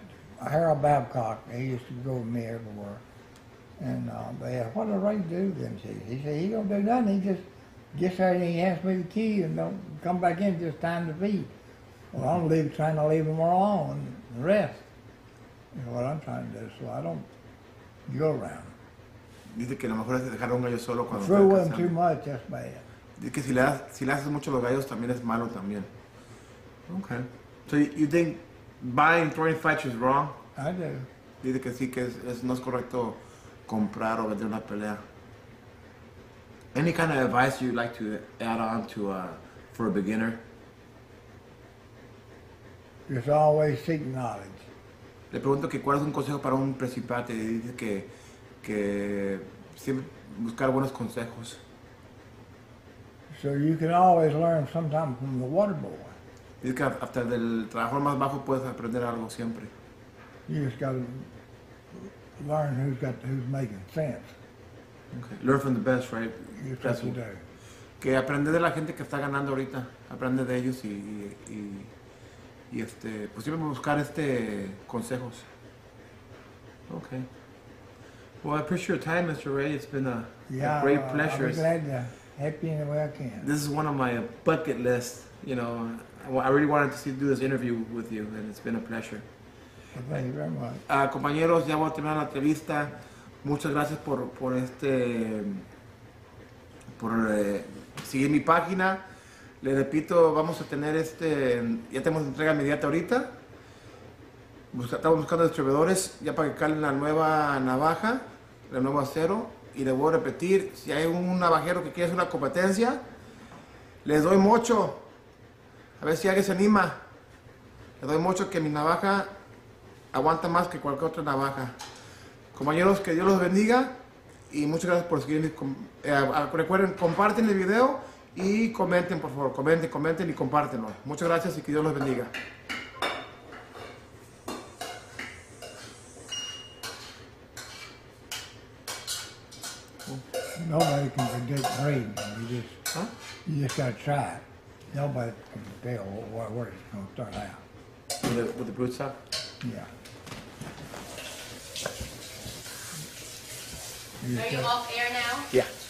Speaker 2: Harold Babcock. He used to go with me everywhere, and uh, they asked, "What do Ray do?" Then he he said, "He don't do nothing. He just gets there and he hands me the key and don't come back in just time to feed." Well, I'm leave, trying to leave him alone and rest. Is what I'm trying to do, so I don't go around.
Speaker 1: dice que a lo mejor es dejar a un gallo solo cuando
Speaker 2: Fool
Speaker 1: está
Speaker 2: with him too
Speaker 1: cazando.
Speaker 2: much. That's bad.
Speaker 1: Dice que si le, das- si le haces mucho a los gallos también es malo también. Okay. So you, you think buying, throwing fights is wrong?
Speaker 2: I do.
Speaker 1: Dice que sí, que es, es- no es correcto comprar o vender una pelea. Any kind of advice you'd like to add on to uh, for a beginner?
Speaker 2: Just always seek knowledge.
Speaker 1: Le pregunto que cuál es un consejo para un principiante. y Dice que, que siempre buscar buenos consejos.
Speaker 2: So you can always learn sometime from the water boy.
Speaker 1: Dice que hasta del trabajo más bajo puedes aprender algo siempre.
Speaker 2: You just got to learn who's got who's making sense.
Speaker 1: Learn from the best, right?
Speaker 2: You just have to do.
Speaker 1: Que aprender de la gente que está ganando ahorita. Aprende de ellos y, y, y- y, este, pues siempre buscar este consejos. Okay. Well, I appreciate your time, Mr. Ray. It's been a, a
Speaker 2: Yeah,
Speaker 1: great
Speaker 2: uh,
Speaker 1: pleasure.
Speaker 2: I'll be glad to help you any way I can.
Speaker 1: This is one of my bucket list. You know, I wa- I really wanted to see, do this interview with you, and it's been a pleasure.
Speaker 2: Well, thank you very much.
Speaker 1: Ah, compañeros, ya voy a terminar la entrevista. Muchas gracias por, por este por eh, seguir mi página. Les repito, vamos a tener este. Ya tenemos entrega inmediata ahorita. Busca- estamos buscando distribuidores ya para que calen la nueva navaja, la nueva acero. Y les voy a repetir: si hay un navajero que quiere hacer una competencia, les doy mucho. A ver si alguien se anima. Les doy mucho que mi navaja aguanta más que cualquier otra navaja. Compañeros, que Dios los bendiga y muchas gracias por seguir. eh, recuerden, comparten el video y comenten, por favor. Comenten, comenten y compártenlo. Muchas gracias y que Dios los bendiga.
Speaker 2: Nobody can predict breeding. You just
Speaker 1: Huh?
Speaker 2: you just got to try it. Nobody can tell wh- wh- where it's going to turn out.
Speaker 1: with the, with the brood stock.
Speaker 2: yeah.
Speaker 4: Are you off air now?
Speaker 1: Yeah.